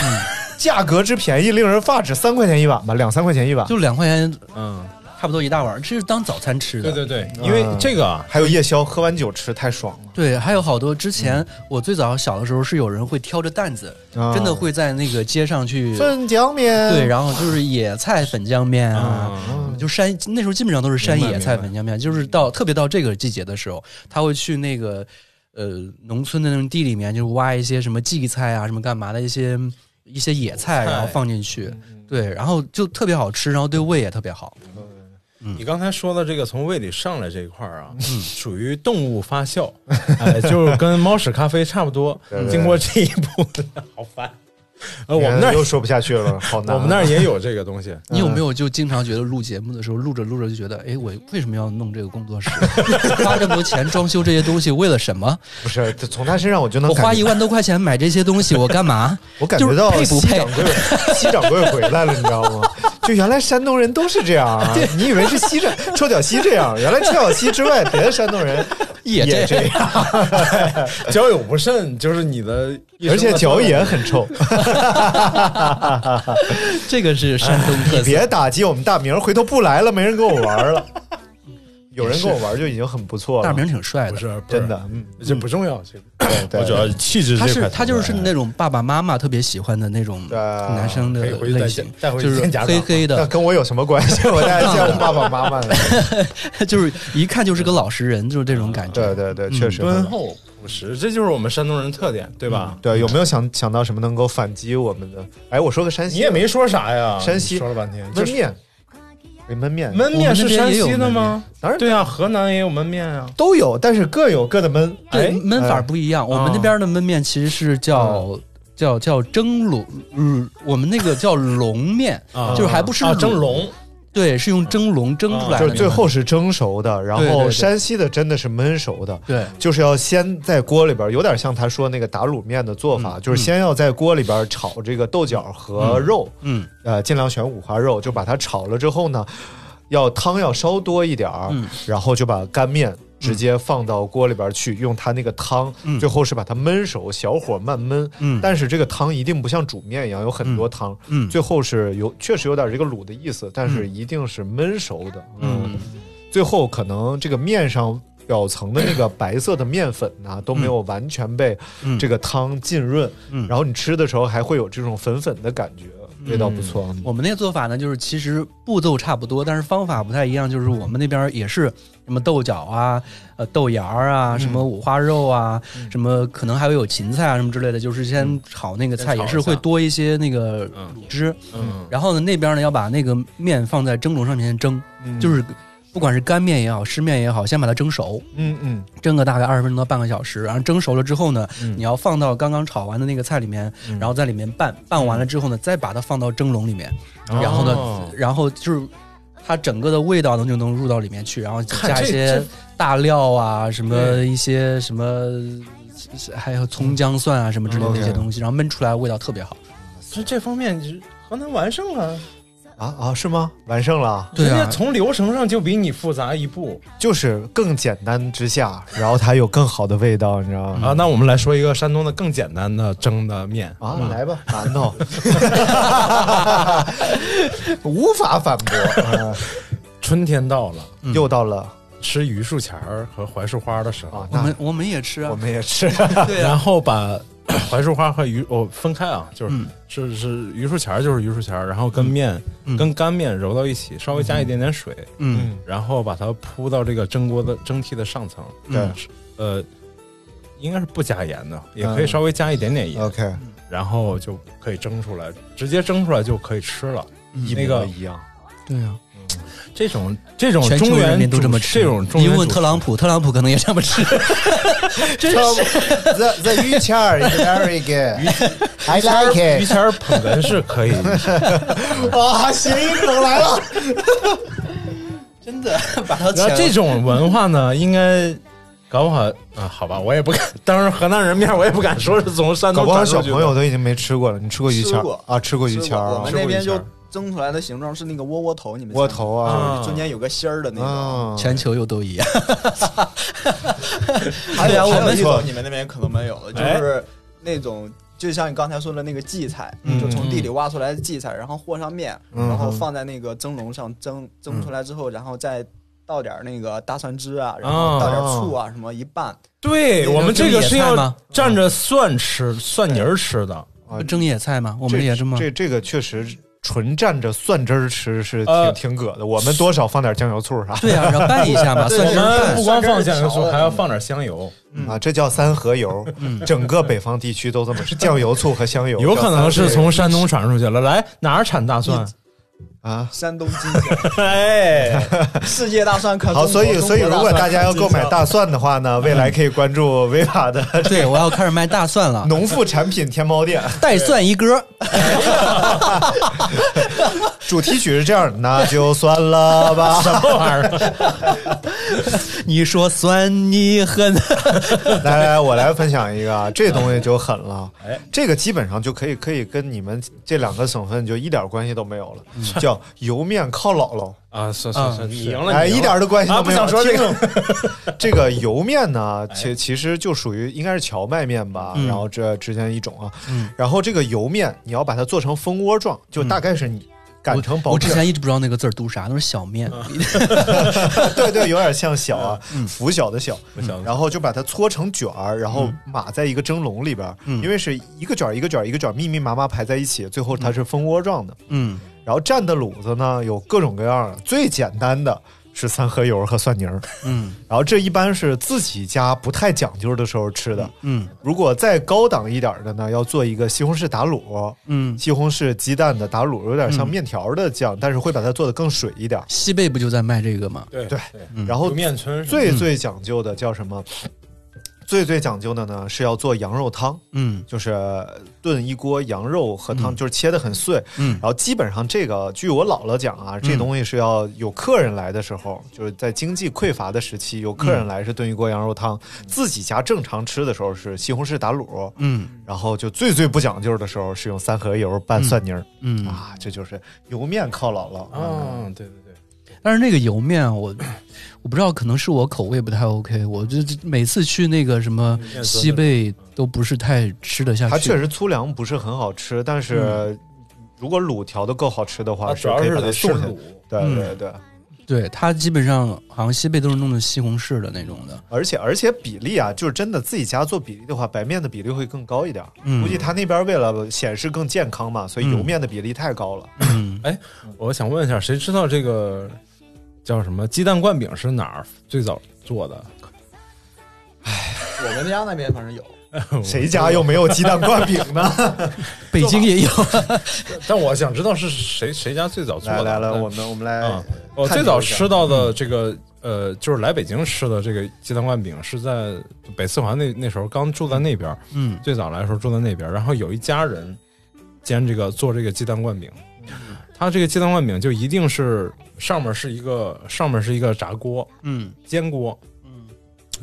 价格之便宜令人发指，三块钱一碗吧，两三块钱一碗，
就两块钱，
嗯，
差不多一大碗，这是当早餐吃的。嗯
对对对，因为这个啊，
还有夜宵，喝完酒吃太爽了。
对，还有好多之
嗯
前我最早小的时候是有人会挑着担子，
啊
哦
真的会在那个街上去
粉浆面，
对，然后就是野菜粉浆面啊，就山那时候基本上都是山
明白
野菜
明白
粉浆面，就是到特别到这个季节的时候，他会去那个呃农村的那种地里面，就是挖一些什么荠菜啊，什么干嘛的一些一些野菜，然后放进去，
嗯
对，然后就特别好吃，然后对胃也特别好。
你刚才说的这个从胃里上来这一块儿啊，属于动物发酵，哎，就是跟猫屎咖啡差不多
对对。对
经过这一步，好烦。呃，我们那
又
儿
说不下去 了，好难。啊
我们那儿也有这个东西，
你
嗯
有没有就经常觉得录节目的时候，录着录着就觉得，哎，我为什么要弄这个工作室？ 花这么多钱装修这些东西，为了什么？
不是从他身上我就能
我花
感觉
一万多块钱买这些东西，我干嘛？
我感觉到
就是配不
西
配
掌 柜西掌柜回来了，你知道吗？就原来山东人都是这样啊！你以为是西掌臭脚西这样，原来臭脚西之外，别的山东人
也
也
这
这样，
交友不慎就是你的一生的
而
特点，
且脚也很臭。
这个是山东
哎
特色。
别打击我们大明儿，回头不来了，没人跟我玩了。有人跟我玩就已经很不错了。
大明挺帅
不
的，
是
真的，，嗯，
不是这不重要。这个
对
我主要气质
他
这块
是
儿
他就是那种爸爸妈妈特别喜欢的那种
对
男生的
啊可以回去再
类
见
型，
带回去
就是
见家长
黑黑
那
的，
跟我有什么关系？我大家见我爸爸妈妈了。
就是一看就是个老实人，就是这种感觉。嗯
对对对，确实很
敦
好。
厚朴实，这就是我们山东人特点，嗯对吧？
对，有没有想想到什么能够反击我们的？哎，我说个山西，
你也没说啥呀，
山西
你说了半天，就
焖
是
面，哎焖面，
焖面是山西的吗？
当然
对啊，河南也有焖面啊。
都有，但是各有各的焖。
对，
哎啊
焖法不一样。我们那边的焖面其实是叫叫叫蒸笼，嗯，我们那个叫笼 面，
啊
就是还不是
啊
卤
蒸，笼，
对，是用蒸笼蒸出来
啊就是
的那种。
最后是蒸熟的，然
对对
后
对
山西的真的是焖熟的。
对
就是要先在锅里边，有点像他说那个打卤面的做法，就是先要在锅里边炒这个豆角和肉，
嗯嗯
呃，尽量选五花肉，就把它炒了之后呢，要汤要稍多一点儿，
嗯
然后就把干面直接放到锅里边去，用它那个汤，
嗯
最后是把它焖熟，小火慢焖。
嗯
但是这个汤一定不像煮面一样有很多汤，
嗯
最后是有确实有点这个卤的意思，但是一定是焖熟的。
嗯
最后可能这个面上表层的那个白色的面粉呐、都没有完全被
嗯
这个汤浸润，
嗯
然后你吃的时候还会有这种粉粉的感觉，味道不错。
嗯
我们那个做法呢，就是其实步骤差不多，但是方法不太一样。就是我们那边也是什么豆角啊、呃豆芽儿
嗯
啊、什么五花肉啊、什么可能还会有芹菜啊什么之类的，就是先炒那个
先炒
菜，也
一下
是会多一些那个
嗯
卤汁。
嗯，
然后呢，那边呢要把那个面放在蒸笼上面蒸，
嗯
就是不管是干面也好、湿面也好，先把它蒸熟，
嗯嗯
蒸个大概二十分钟到半个小时。然后蒸熟了之后呢，
嗯
你要放到刚刚炒完的那个菜里面，
嗯
然后在里面拌，拌完了之后呢，再把它放到蒸笼里面。然后呢
哦，
然后就是它整个的味道呢就能入到里面去，然后加一
这嗯
些
这
大料啊，什么一些什么，还有葱姜蒜啊什么之类的
嗯
这些
OK
东西，然后焖出来味道特别好。
这这方面就是河南完胜了，
啊啊是吗？完胜了，
对
人
啊
家，从流程上就比你复杂一步
就是更简单之下，然后它有更好的味道，你知道吗？
啊。那我们来说一个山东的更简单的蒸的面
啊，来吧，馒头， 无法反驳。嗯
嗯
啊
春天到了，
又到了
吃榆树钱儿和槐树花的时候
啊，，
我
那
们我们也吃啊
我，们也吃，
对
然
啊，
后把槐树花和榆哦分开啊，就是、
嗯
是是榆树钱儿就是榆树钱儿，然后跟面、
嗯
跟干面揉到一起，稍微加一点点水，
嗯
然后把它铺到这个蒸锅的蒸屉的上层。
嗯
对
是呃，应该是不加盐的，也
嗯
可以稍微加一点点盐，
，OK，
然后就可以蒸出来，直接蒸出来就可以吃了。
一
那个
嗯模一样，
对啊，
这种这种
全
中
球人
原
民都
主
这么吃。
这种中
你
原
问
主
特朗普，特朗普可能也这 么吃。真是
The the 榆钱儿 is very good，I
于
like it。
谦儿捧哏是可以，
啊，谐音梗来了，
真的把
然
它
后这
这
种文化呢，应该搞不好啊，好吧，我也不敢当着河南人面，我也不敢说是从山
搞
东
不好
传
小
出去
朋
的。
友都已经没吃过了。你吃过榆钱
吃
儿
过
啊？吃过榆
是
钱儿
我
啊？
们
吃过
那边
榆钱
就
儿
蒸出来的形状是那个窝窝头，你们
窝
见过
头
吗
啊，
啊
中间有个芯儿的那种。
嗯，
全球又都一样。
还有
我
还有
们
一种你们那边可能没有的，
哎
就是那种就像你刚才说的那个荠菜，
嗯
就从地里挖出来的荠菜，然后和上面，
嗯
然后放在那个蒸笼上蒸，蒸出来之后，然后再倒点那个大蒜汁啊，然后倒点
哦
醋啊，什么一拌，
对我们这个是
这
要
个野菜吗
蘸着蒜吃，蒜泥儿吃的。
啊
不蒸野菜吗？我们 也这么
这这个确实纯蘸着蒜汁儿吃是挺
呃
挺葛的。我们多少放点酱油醋啥
对啊，然后拌一下嘛，
我
蒜汁儿
们
拌
不。光放酱油醋，还要放点香油。
啊，这叫三合油。嗯整个北方地区都这么 吃，酱油、醋和香油。
嗯有可能是
叫三合油
从山东传出去了。来，哪儿产大蒜？
啊。
山东金钱，
哎，
世界大蒜看中
好，
国。
所以
中国
所以如果
蒜
大家要
看金
购买
钱
大蒜的话呢，未来可以关注维瓦的
对，我要开始卖大蒜了，
农副产品天猫店。
带蒜一哥。
主题曲是这样的，那就算了吧。
这玩意儿
你说蒜 你很
来来，我来分享一个，啊，这东西就狠了
哎。
这个基本上就可以可以跟你们这两个省份就一点关系都没有了，
嗯
叫油面靠姥姥。
啊，算算算，你赢了，
哎，
你赢了
一点儿都关系
啊
都
不
没有。
想说这
听
个，
这个油面呢，其其实就属于应该是荞麦面吧，
嗯
然后这之间一种啊，
嗯
然后这个油面你要把它做成蜂窝状，就大概是你擀成薄
我之
片，
前一直不知道那个字儿读啥，都是小 面。
啊
对对，有点像小啊，拂晓的小，
不
嗯
想
然后就把它搓成卷儿，然后码在一个蒸笼里边儿，
嗯
因为是一个卷儿一个卷儿一个卷儿密密麻麻排在一起，最后它是蜂窝状的。
嗯，
然后蘸的卤子呢有各种各样的，最简单的是三合油和蒜泥儿。
嗯
然后这一般是自己家不太讲究的时候吃的。
嗯
如果再高档一点儿的呢，要做一个西红柿打卤，
嗯，
西红柿鸡蛋的打卤，有点像
嗯
面条的酱，但是会把它做的更水一点儿。
西贝不就在卖这个吗？
对
对
嗯
然后
油面村是吧
最最讲究的叫什么？最最讲究的呢是要做羊肉汤，
嗯
就是炖一锅羊肉和汤，
嗯
就是切的很碎。
嗯
然后基本上这个，据我姥姥讲啊，这
嗯
东西是要有客人来的时候，就是在经济匮乏的时期，有客人来是炖一锅羊肉汤，
嗯
自己家正常吃的时候是西红柿打卤，
嗯
然后就最最不讲究的时候是用三合油拌蒜泥儿、
嗯。
啊，这就是油面靠姥姥。
啊，
嗯
对对对。
但是那个油面啊我。我不知道，可能是我口味不太 OK。我就就每次去那个什么
面村
西贝，都不是太吃得下去。
它确实粗粮不是很好吃，但是如果卤调的够好吃的
嗯
话，
啊，主要
可以
是
把
得
它
吃
送下
卤
去。。对
嗯
对对，
对它基本上好像西贝都是弄的西红柿的那种的。
而且而且比例啊，就是真的自己家做比例的话，白面的比例会更高一点。
嗯
估计他那边为了显示更健康嘛，所
嗯
以油面的比例太高 了。
嗯，
哎我想问一下，谁知道这个叫什么鸡蛋灌饼是哪儿最早做的？
我们家那边反正有，
谁家又没有鸡蛋灌饼呢？
北京也有。
但我想知道是谁谁家 最早做
来
的。
来来，
但
我们我们来
啊，我
看
最
这
早
个
吃到的这个呃，就是来北京吃的这个鸡蛋灌饼是在北四环那那时候刚住在那边儿，
嗯
最早来的时候住在那边儿，然后有一家人煎这个做这个鸡蛋灌饼，他这个鸡蛋灌饼就一定是上面是一个上面是一个炸锅
嗯
煎锅，
嗯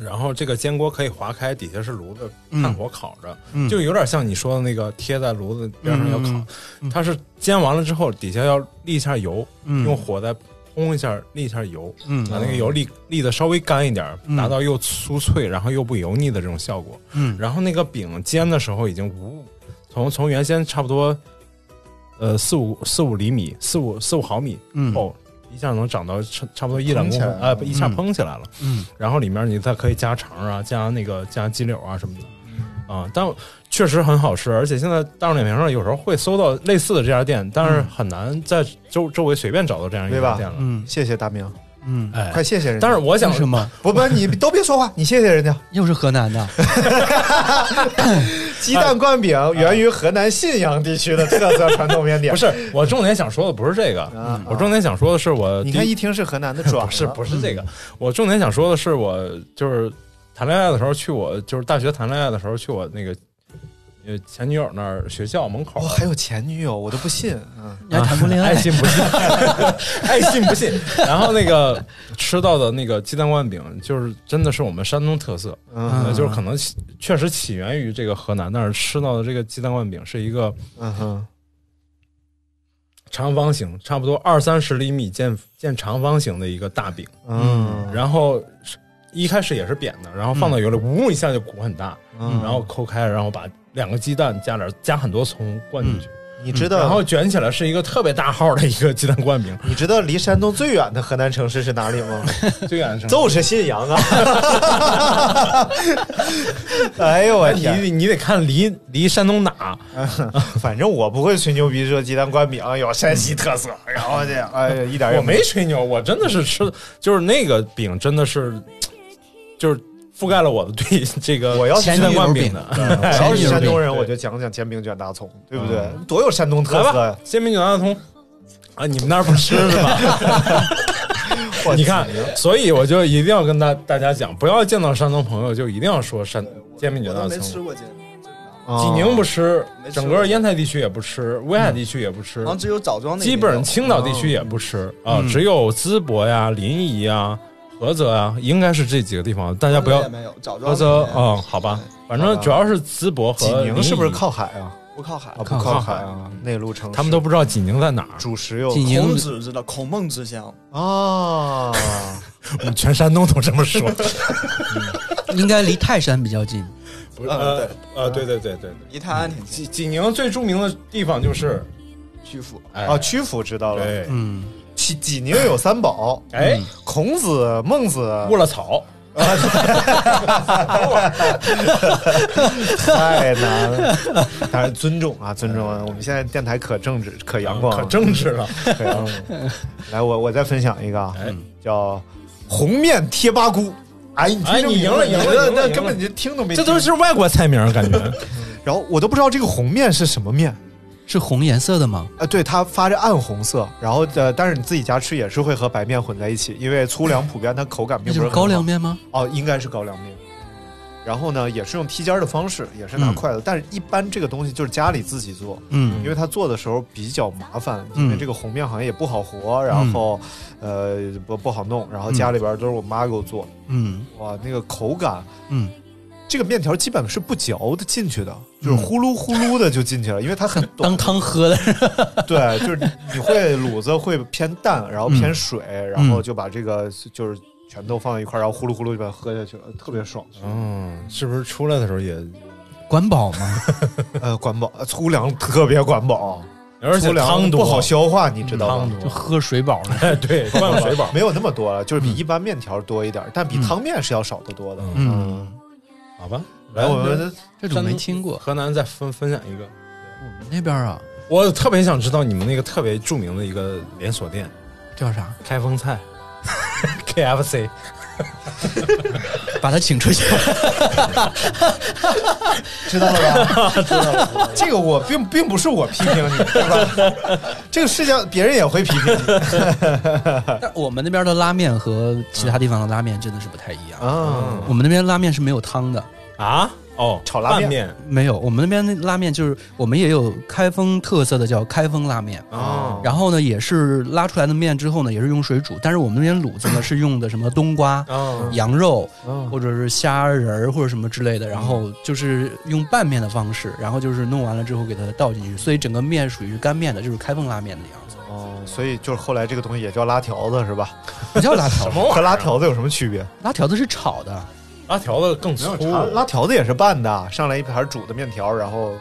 然后这个煎锅可以划开，底下是炉子，炭火烤着，
嗯，
就有点像你说的那个贴在炉子边上要烤。
嗯嗯
它是煎完了之后，底下要沥一下油，
嗯
用火再烘一下，沥一下油，
嗯
把那个油沥沥的稍微干一点，
嗯
达到又酥脆，然后又不油腻的这种效果。
嗯
然后那个饼煎的时候已经无，从从原先差不多，呃四五四五厘米，四五四五毫米
嗯
厚。一下能长到差差不多一两公
蓬起来
分，
了
啊，不一下
嗯
蓬起来了。
嗯
嗯
然后里面你再可以加肠啊，加那个加鸡柳啊什么的，啊、但确实很好吃，而且现在大众点评上有时候会搜到类似的这家店，但是很难在周周围随便找到这样一
对
家
吧
店了。
嗯
谢谢大明，
嗯，
哎，
快谢谢人家。
但是我想
为什么？
不不，你都别说话，你谢谢 人家。
又是河南的，
鸡蛋灌饼源于河南信阳地区的特色传统面点。
不，是，我重点想说的不是这个，
啊
我重点想说的是我第
你看一听是河南的转 了，
不是不是
嗯
这个，我重点想说的是我就是谈恋爱的时候去我就是大学谈恋爱的时候去我那个呃前女友那儿学校门口
哇，还有前女友，我都不信。嗯，
你还谈过 恋
爱
爱？
信不信，爱信不信。 然后那个吃到的那个鸡蛋灌饼，就是真的是我们山东特色，
嗯
呃就是可能起确实起源于这个河南那儿吃到的这个鸡蛋灌饼是一个
嗯哼，
长方形，差不多二三十厘米见见长方形的一个大饼，
嗯，
然后是一开始也是扁的，然后放到油里，呜一下就鼓很大，
嗯
然后抠开，然后把两个鸡蛋加点加很多葱灌进去，
你知道，
嗯然后卷起来是一个特别大号的一个鸡蛋灌 饼，
你知道离山东最远的河南城市是哪里吗？
最远的是
就是信阳啊！ 哎呦我
你
天！
得你得看离离山东哪，
反正我不会吹牛逼说鸡蛋灌饼有山西特色，然后这哎呀一点儿也
我没吹牛，我真的是吃，就是那个饼真的是，就是覆盖了我的对这个
我要
鸡蛋灌饼的。
我要
前女
是
友
山东
饼
人，我就讲讲煎饼卷大葱，对不对？多有山东
嗯
特
来
色
吧
呀！，
煎饼卷大葱啊，你们那儿不吃是 吧？
我
你看，所以我就一定要跟大大家讲，不要见到山东朋友就一定要说山煎饼卷
我
大
都没吃
葱。
过煎，
济宁不
哦
吃
没，吃
整
过嗯
个烟台地区也不吃，威海地区也不吃
好，像只有嗯枣庄那
基本上青岛地区也不吃啊，只有淄博呀、临沂呀、菏泽呀，应该是这几个地方，大
大
家不要
没有枣庄
菏泽啊，好吧，反正主要是淄博和
济
临
宁
沂
是不是靠海啊？
不靠海
啊，不
靠
靠
海嗯
海啊，内陆城市
他们都不知道济宁在哪儿，
主食又
济
孔
宁
子知道孔孟之乡，
啊，
我们全山东都这么说。
应该离泰山比较近。
不是呃呃，对对对对对，
离泰安挺近，
济济宁最著名的地方就是
曲阜
哎
啊，曲阜知道了。
对，
嗯，
济济宁有三宝， 嗯
哎，
孔子、孟子。
卧了草，
太难了， 当然尊重啊，尊重啊！我们现在电台可正直、可阳光、
可正直了。
嗯
可阳光。 来，我我再分享一个啊，
哎
叫红面贴吧菇。哎，你
哎你赢了赢了
那
赢了
那
赢了
根本就听都没
这
听，
都是外国菜名儿，感觉
然后我都不知道这个红面是什么面。
是红颜色的吗？
呃，对，它发着暗红色，然后呃，但是你自己家吃也是会和白面混在一起，因为粗粮普遍它口感并
那
不
就是是
很
高
好
粱面吗？
哦，应该是高粱面。然后呢，也是用剔尖儿的方式，也是拿
嗯
筷子，但是一般这个东西就是家里自己做，
嗯
因为它做的时候比较麻烦，因为
嗯
这个红面好像也不好和，然后呃不不好弄，然后家里边都是我妈给我做，
嗯
哇，那个口感，
嗯，
这个面条基本是不嚼的进去的，就是呼噜呼噜的就进去了，因为它很短
嗯 当，汤喝 的。
对，就是你会卤子会偏淡，然后
嗯
偏水，然后就把这个就是全都放在一块儿，然后呼噜呼噜就把它喝下去了，特别爽。
嗯，是不是出来的时候也，
管饱吗？
呃，管饱，呃粗粮特别管饱，
而且
粗粮
汤多嗯
不好消化，你知道
汤
吗？
就
多，
喝水饱 了。
哎，对，灌水饱。嗯
没有那么多了，就是比一般面条多一点，但比汤面是要少得多的。
嗯，
好吧，
来，我们
哎这种没听过。
河南再分分享一个，
我们那边啊，
我特别想知道你们那个特别著名的一个连锁店
叫啥？
开封菜 KFC，
把他请出去。
知道了吧？ 知道了。 这个我并并不是我批评你，对吧？这个世界别人也会批评你
但我们那边的拉面和其他地方的拉面真的是不太一样。
啊。
我们那边拉面是没有汤的，
嗯啊，哦，
炒拉面
拌面
没有。我们那边那拉面就是我们也有开封特色的叫开封拉面，
哦
然后呢也是拉出来的面之后呢也是用水煮，但是我们那边卤子呢是用的什么冬瓜、
哦
羊肉
嗯
或者是虾仁儿或者什么之类的，然后就是用拌面的方式，然后就是弄完了之后给它倒进去，所以整个面属于干面的，就是开封拉面的样子，
哦，所以就是后来这个东西也叫拉条子是吧？
不叫拉条
哦
子，
和拉条子有什么区别？
拉条子是炒的，
拉条子更粗，
拉拉条子也是拌的，上来一盘煮的面条，然后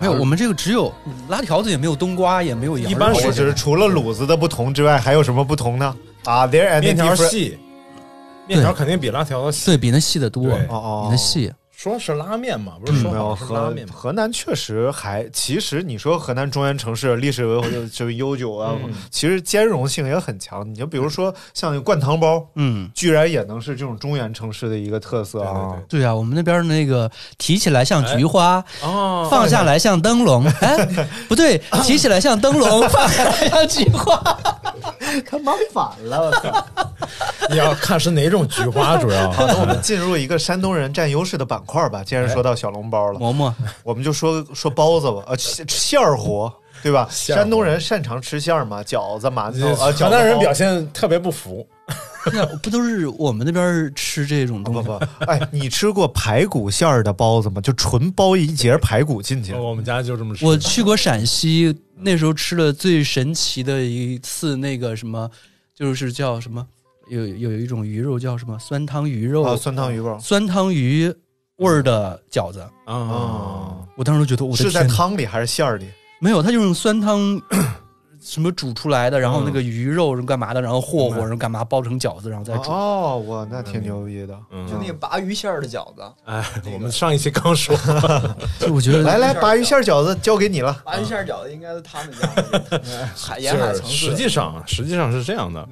没有，我们这个只有嗯拉条子也没有冬瓜，也没有羊肉，
一般
我
是
就是除了卤子的不同之外，还有什么不同呢？啊，there any
面条
different-
细，面条肯定比拉条子细。
对比那细的多，
对
哦
比
哦
那，细。嗯
说是拉面嘛，不是说
没嗯有
好是拉
河
面嘛？
河南确实还，其实你说河南中原城市历史文化就是悠久啊，
嗯
其实兼容性也很强。你就比如说像那灌汤包，
嗯，
居然也能是这种中原城市的一个特色啊。
对
对啊，我们那边那个提起来像菊花，
哦，啊
放下来像灯 笼，哎，不对，提起来像灯笼，放下来像菊 花。
他妈反了，我操！
你要看是哪种菊花，主要。
好，那我们进入一个山东人占优势的板块吧。既
哎
然说到小笼包了，
馍馍，
我们就说说包子吧，呃，馅馅儿活。对吧？
馅儿活
山东人擅长吃馅儿嘛，饺子、馒头啊，
河
饺
南
子
人
包
表现特别不服，
那不都是我们那边吃这种东
不
西？
不，哎，你吃过排骨馅儿的包子吗？就纯包一节排骨进去，
我们家就这么吃。
我去过陕西，那时候吃了最神奇的一次那个什么，就是叫什么，有有一种鱼肉叫什么酸汤鱼肉，
啊，酸汤鱼包
酸汤鱼味儿的饺子。
啊，
啊，
我当时就觉得我的
是在
天哪
汤里还是馅儿里？
没有，它就用 酸汤什么煮出来的，然后
嗯
那个鱼肉是干嘛的，然后和和，然后干嘛包成饺子，然后再煮。
哦，我那挺牛逼的。
嗯
就那个鲅鱼馅儿的饺子，
哎，我们上一期刚说，
就我觉得
来来，鲅鱼馅儿饺子交给你了。
鲅鱼馅儿饺子应该是他们家的 海沿海
就是
城市
实
的。
际上实际上是这样的，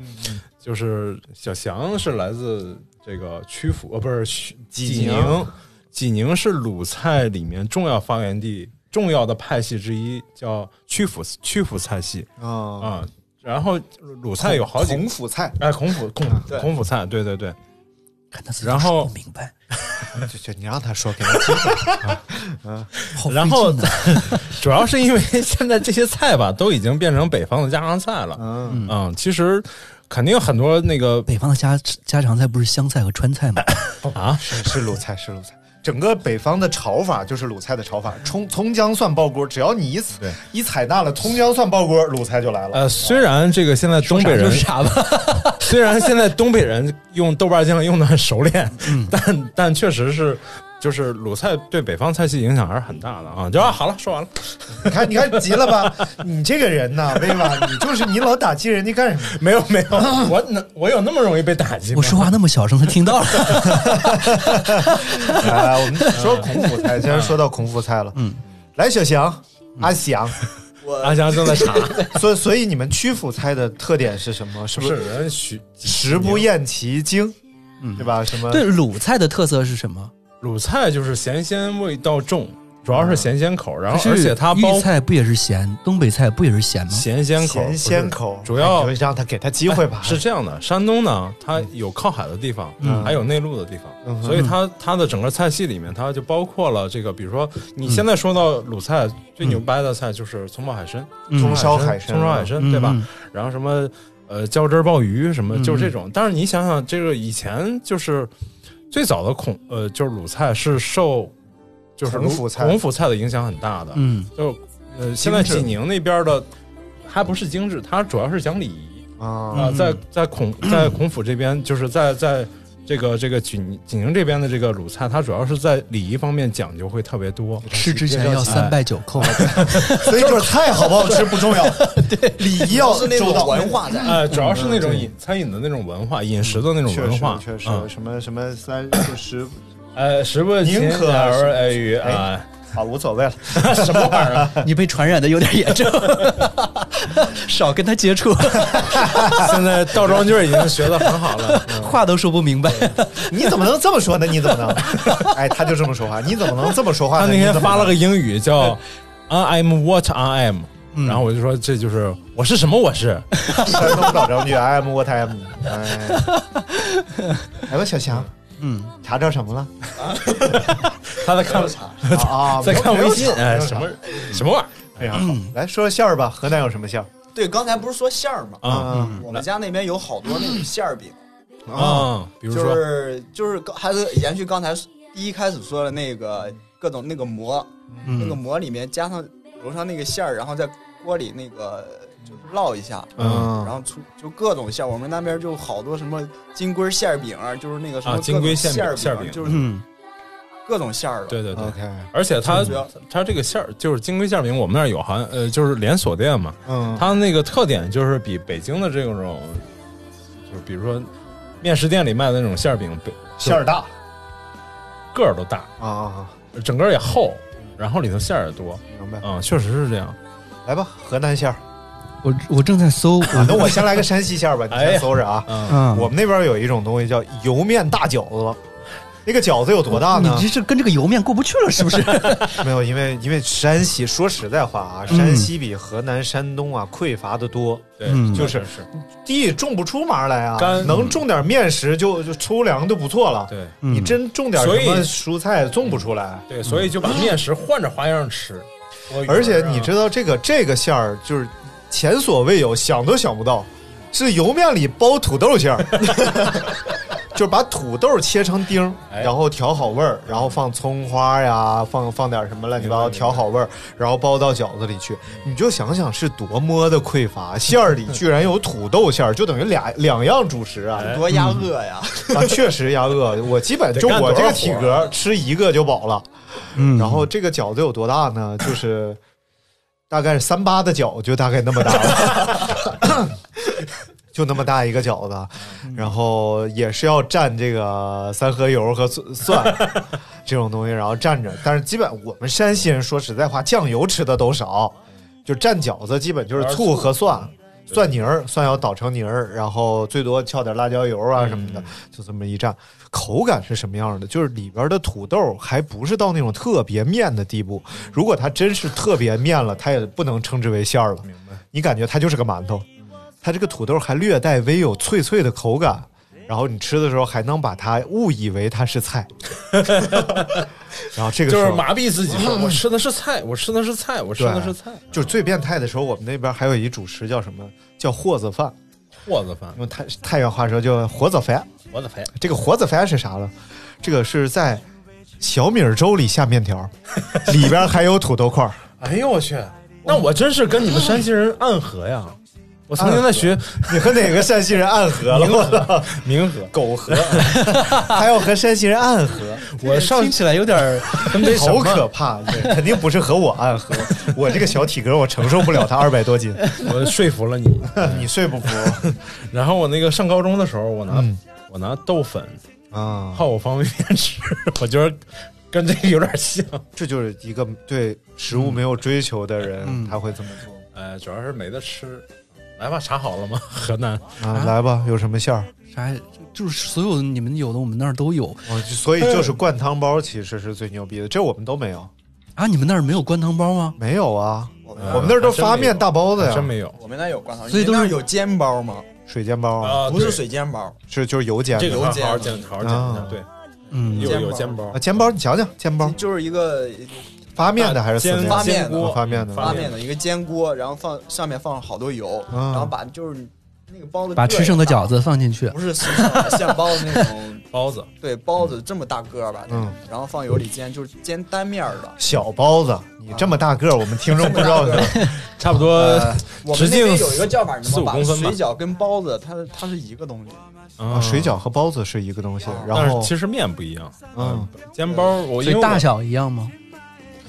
就是小翔是来自这个曲阜，呃，不是曲济宁，济宁是鲁菜里面重要发源地，重要的派系之一，叫曲阜曲阜菜系
啊，
啊。然后鲁菜有好几
孔府菜，啊
哎，孔府孔
对
孔府菜，对对对，
看他自己
然
说
后
不明白，
就就你让他说给他听。
好
然后
费劲啊
主要是因为现在这些菜吧，都已经变成北方的家常菜了。
嗯，
嗯，其实肯定很多那个
北方的家家常菜不是湘菜和川菜吗？
啊，
是是鲁菜，是鲁菜。整个北方的炒法就是鲁菜的炒法，葱葱姜蒜爆锅，只要你一
对
一采纳了葱姜蒜爆锅，鲁菜就来了。
呃，虽然这个现在 东北
啥就
人，
是啥吧，
虽然现在东北人用豆瓣酱用的很熟练，但但确实是。就是鲁菜对北方菜系影响还是很大的啊！就啊，好了，说完了，
你看，你看，急了吧？你这个人呐，威娃，你就是你老打击人家干什么？
没有没 有，我哪我有那么容易被打击吗？
我说话那么小声，他听到 了。
来，哎我们说孔府菜，既然说到孔府菜了，嗯，来，小翔，阿翔，
阿翔正在查，
所以所以你们曲阜菜的特点是什么？是
不
不
是
是
人许嗯
食不厌其精，对吧？什么？
对，鲁菜的特色是什么？
鲁菜就是咸鲜味道重，主要是咸鲜口，然后而
啊可是
且它包
豫菜不也是咸，东北菜不也是咸吗？
咸鲜口，不
咸
是
鲜口，
主要
哎你就让他给他机会吧。
是这样的，山东呢，它有靠海的地方，
嗯
还有内陆的地方，所以它它的整个菜系里面，它就包括了这个，比如说
嗯
你现在说到鲁菜、最牛掰的菜就是葱爆海参、
葱烧海参
参、葱嗯啊烧海参，对吧？
嗯
然后什么呃浇汁儿鲍鱼什么，
嗯
就是这种。但是你想想，这个以前就是最早的孔呃就是鲁菜是受就是
孔
鲁
府菜
孔府菜的影响很大的，
嗯，
就呃现在
精致
济宁那边的还不是精致，它主要是讲礼仪。
啊
啊，在
嗯
在孔在孔府这边，就是在在这个这个济宁济宁这边的这个鲁菜，它主要是在礼仪方面讲究会特别多。
吃之前要
哎
三拜九 叩。
所以就是菜好不好吃不重要，对，礼仪要
是那
周
种
到。
文化在，
哎，主要是那种饮餐饮的那种文化，饮食的那种
确
文
实
化，，
确实
嗯，
什么什么三十
呃，食不
宁
尽
可
而爱语
哎
啊，
啊，无所谓了。
什么玩意儿啊？
你被传染的有点 严重，少跟他接触，
现在倒装句儿已经学的很好了，
话都说不明白。
你怎么能这么说呢？你怎么能？ 哎，他就这么说话，你怎么能这么说话
他
呢？
那
你
天
怎么能
发了个英语叫 “I am what I am”，然
嗯
后我就说这就是我是什么我是，
山东老 张句，I am what I am。哎，哎，我小强，嗯，查着什么了？
他在看
啊，
在看
没有
微信，
查没
哎，
有
什
查
么什么玩嗯意
哎呀，好来说说馅儿吧，河南有什么馅儿？
对，刚才不是说馅儿吗？
儿啊
嗯，
我们家那边有好多那种馅儿饼，
啊？比如
就
说。
是就是刚还是延续刚才第一开始说的那个各种那个馍，
嗯
那个馍里面加上揉上那个馅儿，然后在锅里那个就是烙一下，
嗯
然后出就各种馅儿。我们那边就好多什么金龟馅儿饼啊，就是那个什么
啊金龟馅饼
馅儿
馅儿饼
就是
嗯，
各种馅儿的。
对对对
OK
而且它
就是
它这个馅儿就是金龟馅儿饼，我们那儿有好像呃就是连锁店嘛，
嗯，
它那个特点就是比北京的这种，就是比如说面食店里卖的那种馅儿饼，比
馅儿大，
个儿都大，
啊啊，
整个儿也厚，然后里头馅儿也多，
明白。
嗯，确实是这样。
来吧，河南馅儿。
我我正 在搜，
啊，那我先来个山西馅儿吧，你
哎呀
先搜着啊。
嗯，
嗯，
我们那边有一种东西叫油面大饺子，那个饺子有多大
你
呢？
这是跟这个油面过不去了，是不是？
没有，因为因为山西，说实在话啊，
嗯
山西比河南、山东啊匮乏的多，
对，
嗯
就是是，
地种不出麻来啊，
干
能种点面食就就粗粮就不错了。
对
你真种点什
所以
么蔬菜种不出来。
对，所以就把面食换着花样吃。多鱼儿啊
而且你知道这个这个馅儿就是前所未有，想都想不到，是油面里包土豆馅儿， 就是把土豆切成丁儿，
哎
然后调好味儿，然后放葱花呀，放放点什么乱七八糟，
明白
调好味儿，然后包到饺子里去。你就想想是多么的匮乏，馅儿里居然有土豆馅儿，就等于俩两样主食啊！
哎多压饿呀！
啊，确实压饿。我基本就
嗯得干
我
多
这
少
个体
活儿啊
格，吃一个就饱了。
嗯
然后这个饺子有多大呢？就是大概是三八的饺，就大概那么大了， 就那么大一个饺子。然后也是要蘸这个三合油和蒜 蒜这种东西，然后蘸着。但是基本我们山西人说实在话，酱油吃的都少，就蘸饺子基本就是醋和蒜。蒜泥儿，蒜要捣成泥儿，然后最多翘点辣椒油啊什么的，就这么一蘸。口感是什么样的？就是里边的土豆还不是到那种特别面的地步。如果它真是特别面了，它也不能称之为馅儿了。明白？你感觉它就是个馒头，它这个土豆还略带微有脆脆的口感，然后你吃的时候还能把它误以为它是菜。然后这个时
就
候
是麻痹自己， 说我吃的是菜，我吃的是菜，我吃的是菜，
就是最变态的时候，我们那边还有一主食叫什么？叫和子饭，
和子饭，
用太太原话说叫和子饭。
我的天，
这个和子饭是啥呢？这个是在小米粥里下 面条，里边还有土豆块儿。
哎呦我去，那我真是跟你们山西人暗合呀！ 我曾经在啊学
你和哪个山西人暗合了？我操，
明和，
苟合，还要和山西人暗合，
我上
听起来有点儿
他们这什
好
么
可怕！对肯定不是和我暗合，我这个小体格我承受不了他二百 多斤，
我说服了你。
你睡不服
然后我那个上高中的时候，我拿
嗯
我拿豆粉
啊？
泡我方便面吃，我觉得跟这个有点像。
这就是一个对食
嗯
物没有追求的人，他会这么做
呃，主要是没得吃。来吧，查好了吗？河南
啊。来吧，有什么馅儿？
啥，就是所有你们有的我们那儿都有
哦所以就是灌汤包其实是最牛逼的，这我们都没有，
啊，你们那儿没有灌汤包吗？
没有啊。
我们
哎
我们那儿都发面大包子
真
呀，
没有
我们那有灌汤，
所以都
你
是
们那有煎包吗？
水煎包啊，
啊
不是
对
水煎包，
是就是油煎
这个
的。
好
油
好
煎
好煎，好好煎一下。对，
嗯，
有有
煎
煎包
啊，，煎包你讲讲，煎包
嗯就是一个
发面的还是
煎
死
发面
煎
的
锅
啊发面的
发
发
面的一个煎锅，然后放上面放了好多油，
嗯
然后把就是那个包子
把吃剩的饺
子
子放进
啊
去，
不是吃剩的像包子那种
包子，
对包子这么大个儿吧，
嗯，
然后放油里煎，就是煎单面儿 的。
小包子，你这么大个儿，我们听众不知
啊
道
这么大
的。
差不多
呃，我
直
们那
径
边有一个叫法，你
四
们
五
把
公分吧
水饺跟包子，它它是一个东西。
啊
啊水，饺和包子是一个东西，然
但
后
是其实面不一样。
嗯，
煎包我
所
因为
以
我
大小一样吗？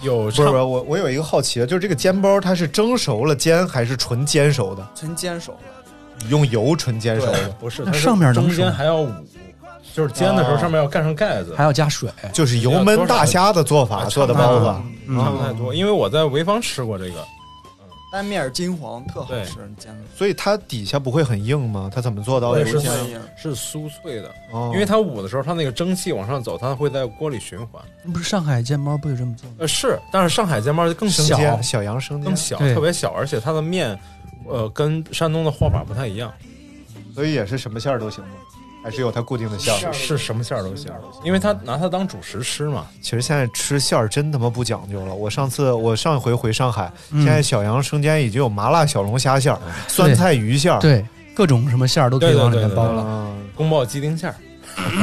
有
不是
差
不是我我有一个好奇的，啊就是这个煎包它是蒸熟了煎还是纯煎熟的？
纯煎熟的，
用油纯煎熟
对
的，
不是，
那
它是
上面能
中
熟
间
吗
还要捂，就是煎的时候
哦
上面要盖上盖子
还，要加水？啊
就是油焖大虾的做
啊
法做的包子。
嗯
差不太多。因为我在潍坊吃过这个，
单面儿金黄，特好
对
吃，煎的。
所以它底下不会很硬吗？它怎么做到
对
油
是
煎？
这样
是酥脆的，
哦
因为它捂的时候，它那个蒸汽往上走，它会在锅里循环。
嗯不是上海煎包不就这么做吗？
呃，是，但是上海煎包就更
生
小，
煎小羊生
更
煎，
小，
对
特别小，而且它的面，呃，跟山东的和法不太一样，
所以也是什么馅儿都行吗？还是有它固定的馅儿？
是什么馅儿都行，因为它拿它当主食吃嘛。
其实现在吃馅儿真他妈不讲究了。我上次我上一回回上海，
嗯
现在小杨生煎已经有麻辣小龙虾馅儿、酸菜鱼馅儿，
对，各种什么馅儿都可以往里面包了。
嗯，
宫爆鸡丁馅儿，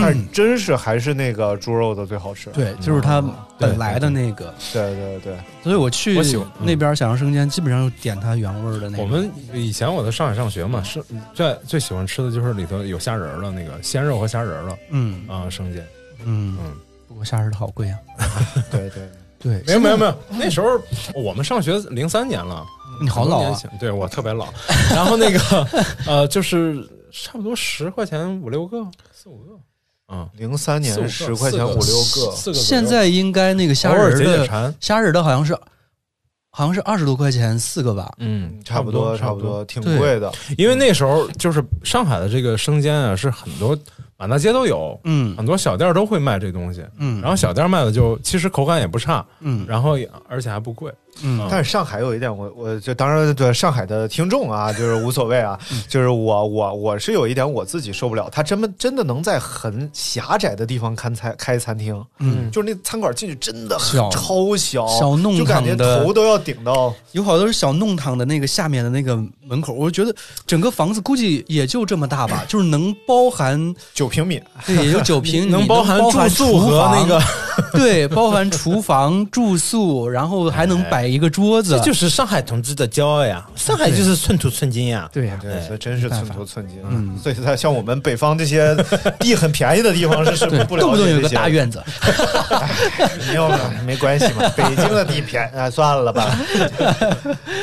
但是真是还是那个猪肉的最好吃。啊
对，就是它
嗯
本来的那个，
对对对，
所以我去
我喜欢嗯
那边小杨生煎，基本上就点它原味儿的那个。嗯
我们以前我在上海上学嘛，是最最喜欢吃的就是里头有虾仁儿了，那个鲜肉和虾仁儿了
嗯
啊，生煎。
嗯
嗯，
不过虾仁儿好贵啊。
对对，
对，
没有没有没有，那时候哦我们上学零三年了，
你好
很
老
多
啊
年！前对我特别老。然后那个呃，就是差不多十块钱五六个、四五个，嗯，
零三
四五
年
个
十块钱
四
五六个，
四个左右。
现在应该那个
偶
虾
尔
仁
解解
的
馋，
虾仁的好像是好像是二十多块钱四个吧，
嗯，
差不多差不多，挺
对
贵的。
因为那时候就是上海的这个生煎啊，是很多满大街都有，
嗯
很多小店都会卖这东西。
嗯，
然后小店卖的就其实口感也不差，
嗯
然后也而且还不贵。啊
嗯
但是上海有一点我，我就当然对上海的听众啊，就是无所谓啊，
嗯
就是我我我是有一点我自己受不了，他真的真的能在很狭窄的地方开餐开餐厅，
嗯，
就是那餐馆进去真的很
小
超小，
小弄
就感觉
堂的
头都要顶到，
有好多是小弄堂的那个下面的那个门口，我觉得整个房子估计也就这么大吧，就是能包含
九平米，
对也就酒瓶，你
能
能
包含住宿和那个
包含厨房，对， 包含厨房、住宿，然后还能摆一个桌子，
是上海同志的骄傲呀！上海就是寸土寸金呀。
对呀、
对，所以真是
没办
寸
法
土寸金。
嗯
所以在像我们北方这些地很便宜的地 方是 是
对，
不
动
了
不动
解
有
这
个
些
大
的。
院子，
没有了，没关系嘛。北京的地便宜，啊，算了吧。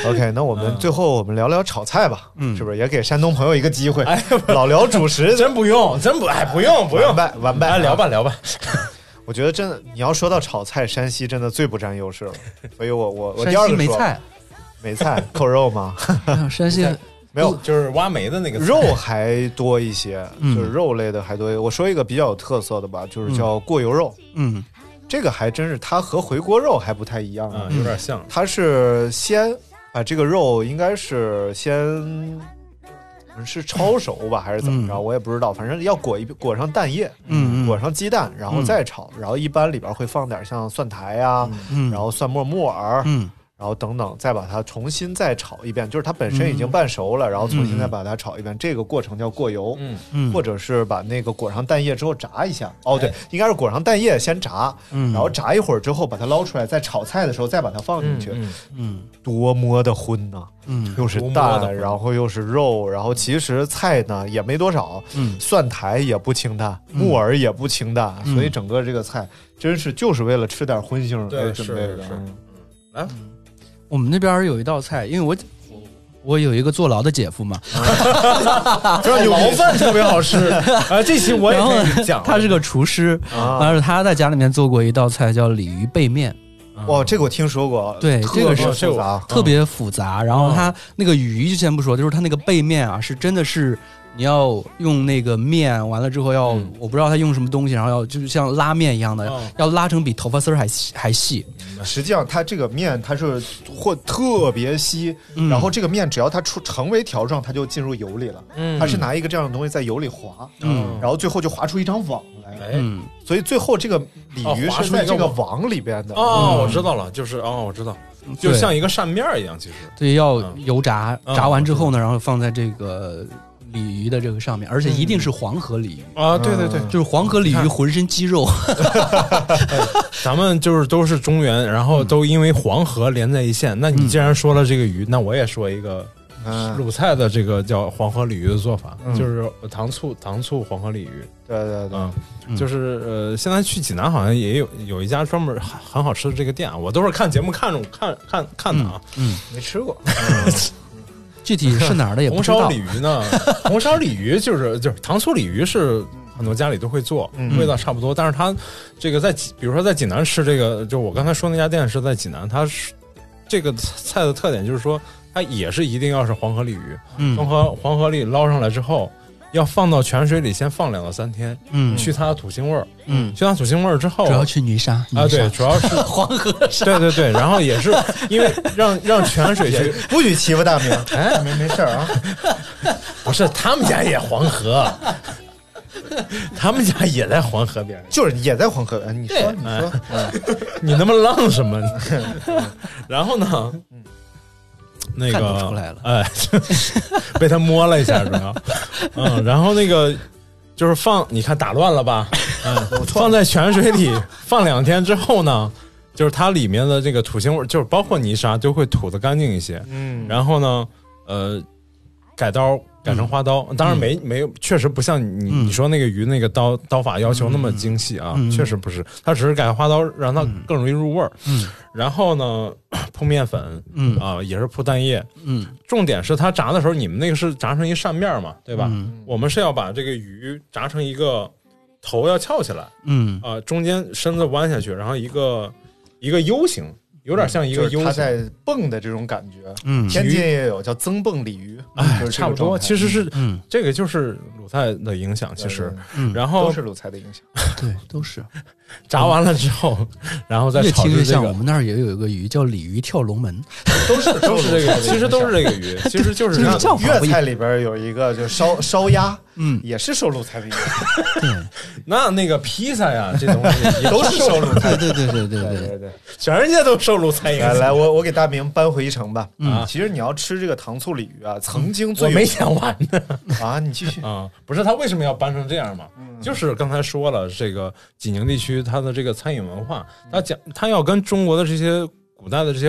OK，那我们最后我们聊聊炒菜吧，
嗯
是不是也给山东朋友一个机会？老聊主 食，
真不用，真不哎，不用不用
完，败完败、
哎，聊。吧聊吧。
我觉得真的，你要说到炒菜，山西真的最不占优势了。所以我我我第
山
二
西
个
梅
说
菜，
梅菜扣肉吗？
啊山西
没有，
就是挖煤的那个
肉还多一些，
嗯
就是肉类的还多一些。我说一个比较有特色的吧，就是叫过油肉，
嗯
这个还真是它和回锅肉还不太一样
啊，
啊
有点像。
它是先把这个肉应该是先嗯是焯熟吧，还是怎么着？
嗯
我也不知道，反正要裹一裹上蛋液，
嗯嗯
裹上鸡蛋，然后再炒。然后一般里边会放点像蒜苔呀、
嗯，
然后蒜末木耳，
嗯
然后等等，再把它重新再炒一遍，就是它本身已
嗯
经半熟了，然后重新再把它炒一遍，这个过程叫过油。
嗯哎
嗯，
或
者
者是把那个裹上蛋液之后炸一下，哦，对，应该是裹上蛋液先炸，
嗯
然后炸一会儿之后把它捞出来，在炒菜的时候再把它放进去，
嗯
嗯
多么的荤呐、
嗯
又是
多么的
蛋，
荤
然后又是肉，然后其实菜呢也没多少，
嗯
蒜苔也不清淡，
嗯
木耳也不清淡，
嗯
所以整个这个菜真是就是为了吃点荤腥而
对
准
是
备的
是。
嗯
我们那边儿有一道菜，因为我我有一个坐牢的姐夫嘛，
就是牢饭哎特别好吃 啊！这期我也
然后
可以讲了，
他是个厨师，
啊，
但是他在家里面做过一道菜叫鲤鱼背面，
哇，哦这个我听说过，
呃
对
特
这个
别
是
这个啊
复杂，
特别复杂。然后它那个鱼就先不说，就是它那个背面啊，是真的是你要用那个面，完了之后要
嗯
我不知道它用什么东西，然后要就是像拉面一样的
嗯，
要拉成比头发丝儿还细还细。
嗯实际上，它这个面它是和特别稀，
嗯
然后这个面只要它出成为条状，它就进入油里了。
嗯
它是拿一个这样的东西在油里划，
嗯
然后最后就划出一张网来。
哎
嗯，
所以最后这个鲤
哦
鱼
划
是
出
在
一个
这个
网
网里边的。
哦，我知道了，就是哦，我知道，就
嗯对
像一个扇面儿一样，其实
对，要油炸，
嗯嗯
炸完之后呢，然后放在这个鲤鱼的这个上面，而且一定是黄河鲤鱼。
啊，对对对，
就是黄河鲤鱼浑身肌肉，
咱们就是都是中原，然后都因为黄河连在一线。那你既然说了这个鱼，那我也说一个
嗯，
鲁菜的这个叫黄河鲤鱼的做法，就是糖醋糖醋黄河鲤鱼。
对对对，
嗯，就是呃，现在去济南好像也有有一家专门很很好吃的这个店啊，我都是看节目看着看看看的啊。
嗯
没吃过。
具体是哪儿的也不
红
知道
烧鲤。鱼呢，红烧鲤鱼就是就是糖醋鲤鱼是。很多家里都会做，
嗯
味道差不多。但是它这个在济，比如说在济南吃这个，就我刚才说那家店是在济南，它是这个菜的特点就是说，它也是一定要是黄河鲤鱼，
嗯
从河黄河里捞上来之后，要放到泉水里先放两到三天，
嗯
去它的土腥味儿，
嗯，
去它土腥味儿之后，
主要去泥沙
啊，
泥
对，
沙。
主 要是黄河沙，对对对，然后也是因为让让泉水去，
不许欺 负大明，哎，没没事儿啊。
不是他们家也黄 河，他们家也在黄河边儿，
就是也在黄河，哎你说你说，
你那么浪什么？然后呢，那个
看不出来了
哎， 被他摸了一下，主要，嗯，然后那个就是放，你看打乱了吧？嗯，放在泉水里放两天之后呢，就是它里面的这个土腥味儿，就是包括泥沙，就会吐的干净一些。
嗯，
然后呢，呃，改刀改成花刀，当然没没有，确实不像你、
嗯
你说那个鱼那个刀刀法要求那么精细啊，
嗯嗯
确实不是，它只是改花刀让它更容易入味儿。
嗯
然后呢，铺面粉，
嗯
啊、也是铺蛋液。
嗯
重点是它炸的时候，你们那个是炸成一扇面儿嘛，对吧？
嗯
我们是要把这个鱼炸成一个头要翘起来啊、
嗯
中间身子弯下去，然后一个一个 U 型，有点像一个
就是
U
他
型。
在蹦的这种感觉。
嗯
天津也有叫增蹦鲤鱼，
哎
就，是这
差
个
不多，
状态
其实是、
嗯
这个就是鲁菜的影响，其
对
实
对，
嗯，
然后
都是鲁菜的影响。
对，都是
炸完了之后，然后再
越
炒
听
制
越
这
像。
个
我，们那儿也有一个鱼叫鲤鱼跳龙门，
都是都是这个，其实都是这个 鱼，其实就是
这
让
个叫法
粤
不一
菜
样。
里边有一个就烧烧鸭，
嗯，
也是受鲁菜的影响，
那那个披萨呀，这东西也
都是受鲁菜
对
的。
对对对对
对
对，
对对，
全世界都受鲁菜影
来
响。
来，我我给大明扳回一城吧。
哎
啊
嗯
其实你要吃这个糖醋鲤鱼啊，曾经最
我
有
没讲完呢
啊，你继续。
啊，不是他为什么要搬成这样嘛？就是刚才说了，这个济宁地区它的这个餐饮文化，它讲它要跟中国的这些古代的这些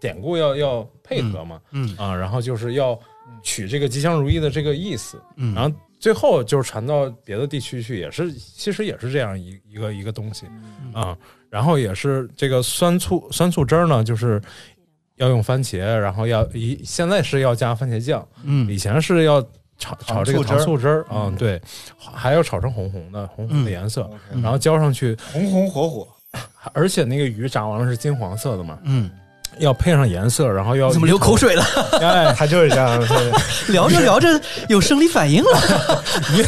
典故要要配合嘛，
嗯
啊，然后就是要取这个吉祥如意的这个意思，
嗯
然后最后就是传到别的地区去，也是其实也是这样一一个一个东西啊，然后也是这个酸醋酸醋汁儿呢，就是要用番茄，然后要一现在是要加番茄酱，以
嗯
前是要炒炒这个
糖
糖
醋
醋汁儿啊、对，还要炒成红红的红红的颜色，
嗯
然后浇上去，
红红火火，
而且那个鱼炸完了是金黄色的嘛，
嗯，
要配上颜色，然后要
怎么流口水 了？
哎，
他就是这样，
聊着聊着有生理反应了。
鱼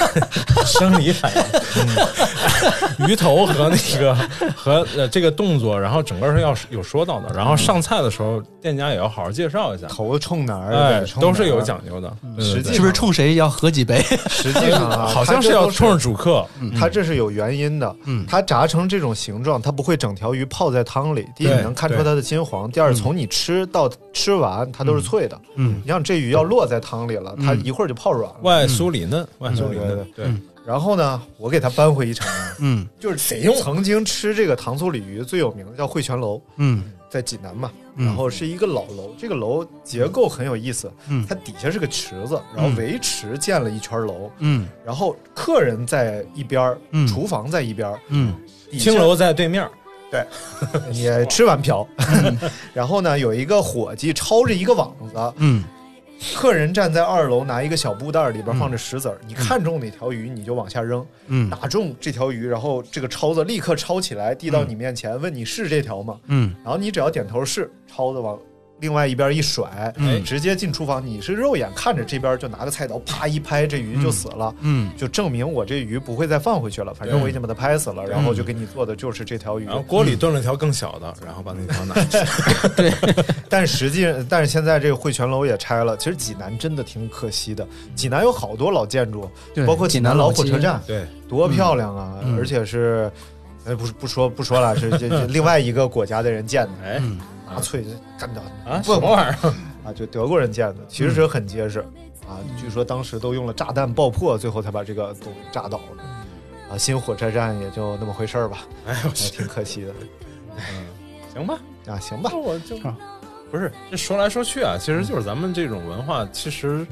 生理反应，嗯鱼头和 那个和呃这个动作，然后整个是要有说到的，然后上菜的时候店家也要好好介绍一下，
头冲哪儿
哎
尾冲，哪儿
都是有讲究的，对对
实
对
际
是不是冲谁要喝几 杯？
实际上啊，
好像
它
是
这
要
都
冲着主客，
嗯它这是有原因的。
嗯
它炸成这种形状，它不会整条鱼泡在汤里。第一，
对
你能看出它的金黄；第二，从你吃到吃完，它都是脆的。
嗯
你像这鱼要落在汤里了，它一会儿就泡软了。
外酥里嫩，外酥里
嗯对对
嫩，对，
然后呢，我给它扳回一城 啊，
嗯
就是谁曾经吃这个糖醋鲤鱼最有名的叫汇泉楼，
嗯
在济南嘛。
嗯
然后是一个老楼，这个楼结构很有意思，
嗯
它底下是个池子，然后围池建了一圈楼，
嗯
然后客人在一边儿，
嗯
厨房在一边儿，
嗯
底下
青楼在对面儿，
也吃完瓢，然后呢，有一个伙计抄着一个网子，
嗯
客人站在二楼拿一个小布袋，里边放着石子儿，你看中哪条鱼你就往下扔，
嗯
打中这条鱼，然后这个抄子立刻抄起来递到你面前，问你是这条吗？
嗯
然后你只要点头是，抄子往。另外一边一甩，
嗯
直接进厨房。你是肉眼看着这边就拿个菜刀啪一拍，这鱼就死了，
嗯
就证明我这鱼不会再放回去了。反正我已经把它拍死了，然后就给你做的就是这条鱼。
然后锅里炖了条更小的，然后把那条拿去。
但实际，但是现在这个汇泉楼也拆了。其实济南真的挺可惜的，济南有好多老建筑
对，
包括济南老火车站，
对，
多漂亮啊！
嗯
而且是，呃，不是不说不说了，是这这另外一个国家的人建的，
哎
纳粹干的
啊，什么玩意儿？
啊，就德国人建的，其实很结实啊。据说当时都用了炸弹爆破，最后才把这个都炸倒了。啊，新火车站也就那么回事儿吧，
哎呦我
还
去，
挺可惜
行吧，
的啊。行吧
那，我就不是这说来说去啊，其实就是咱们这种文化，其实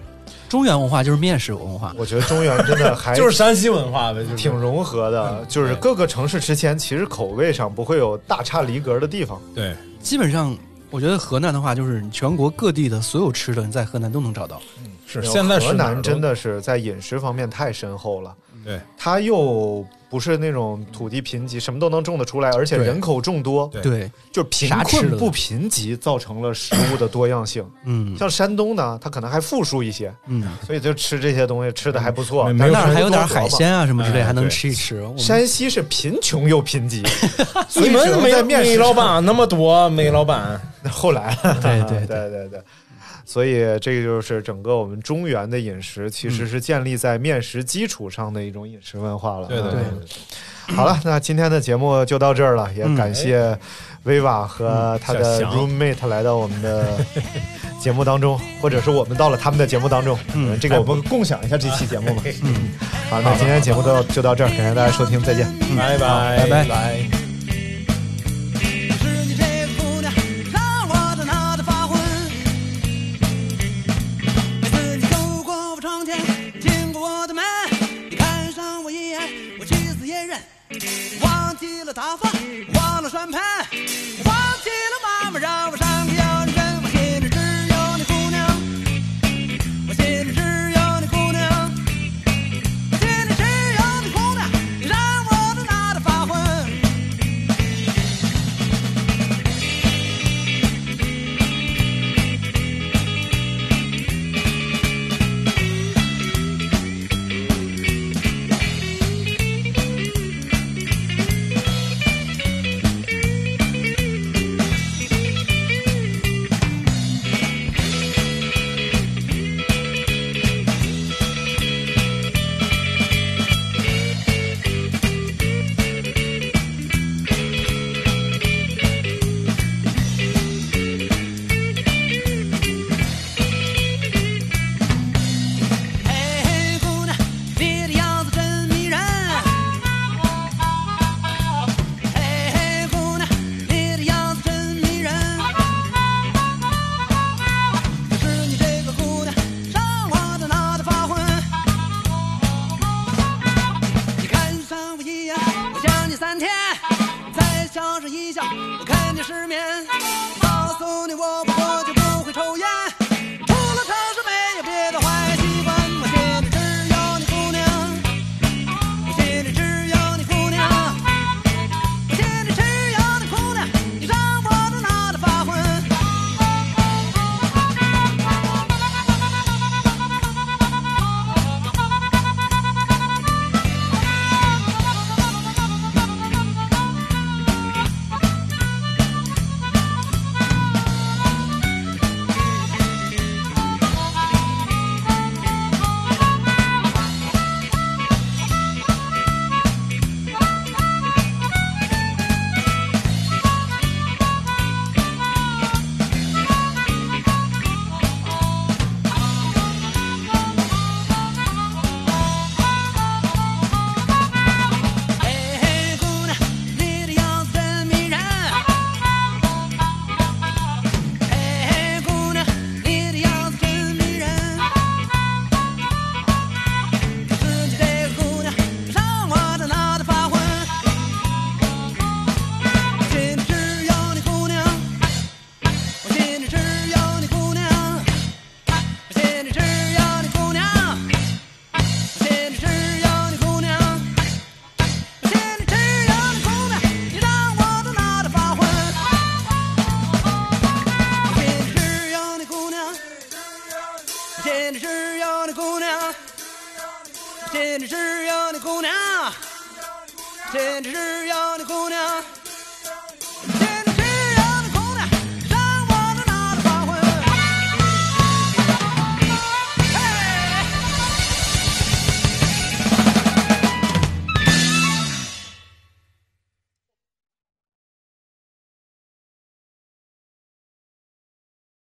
中原文化就是面食文化。
我觉得中原真的 还
就是山西文化呗，就是
挺融合的，
嗯
就是各个城市之间其实口味上不会有大差离格的地方。
对，
基本上，我觉得河南的话，就是全国各地的所有吃的，你在河南都能找到。
是现在
河
是哪儿都嗯
南真的是在饮食方面太深厚了，
对
它又不是那种土地贫瘠，什么都能种得出来，而且
对
人口众多，
对
对，
就是贫
啥吃的
困
都
不贫瘠造成了食物的多样性。
嗯
像山东呢，它可能还富庶一些，
嗯，
所以就吃这些东西吃的还不错。
没有
那儿还有点
山东
海鲜啊什么之类，
哎
还能
对
吃一吃。我们
山西是贫穷又贫瘠，所以
你们
只能
煤
在面食
煤老
上
板那么多，煤老板
后来，
对对
对对对所以这个就是整个我们中原的饮食，其
嗯
实是建立在面食基础上的一种饮食文化了。
对对哎
啊好了，那今天的节目就到这儿了，也感谢薇瓦和他的
嗯小翔
roommate 来到我 们的节目当中，或者是我们到了他们的节目当中。嗯，
哎
这个我们共享一下这期节目吧。 嗯，好，那今天节目到就到这儿，感谢大家收听，再见。嗯
拜拜
拜拜
拜。
是你这个姑娘，让我在她的发昏。每次你走过我窗前，经过我的门，你看上我一眼，我去死也忍。忘记了打饭，忘了算盘，忘记了妈妈让我上个幼儿园。我心里只有你姑娘，我心里只有你姑娘，我心里只有你姑娘，你让
里是有你姑娘，心里是有你姑娘，心里是有你姑娘，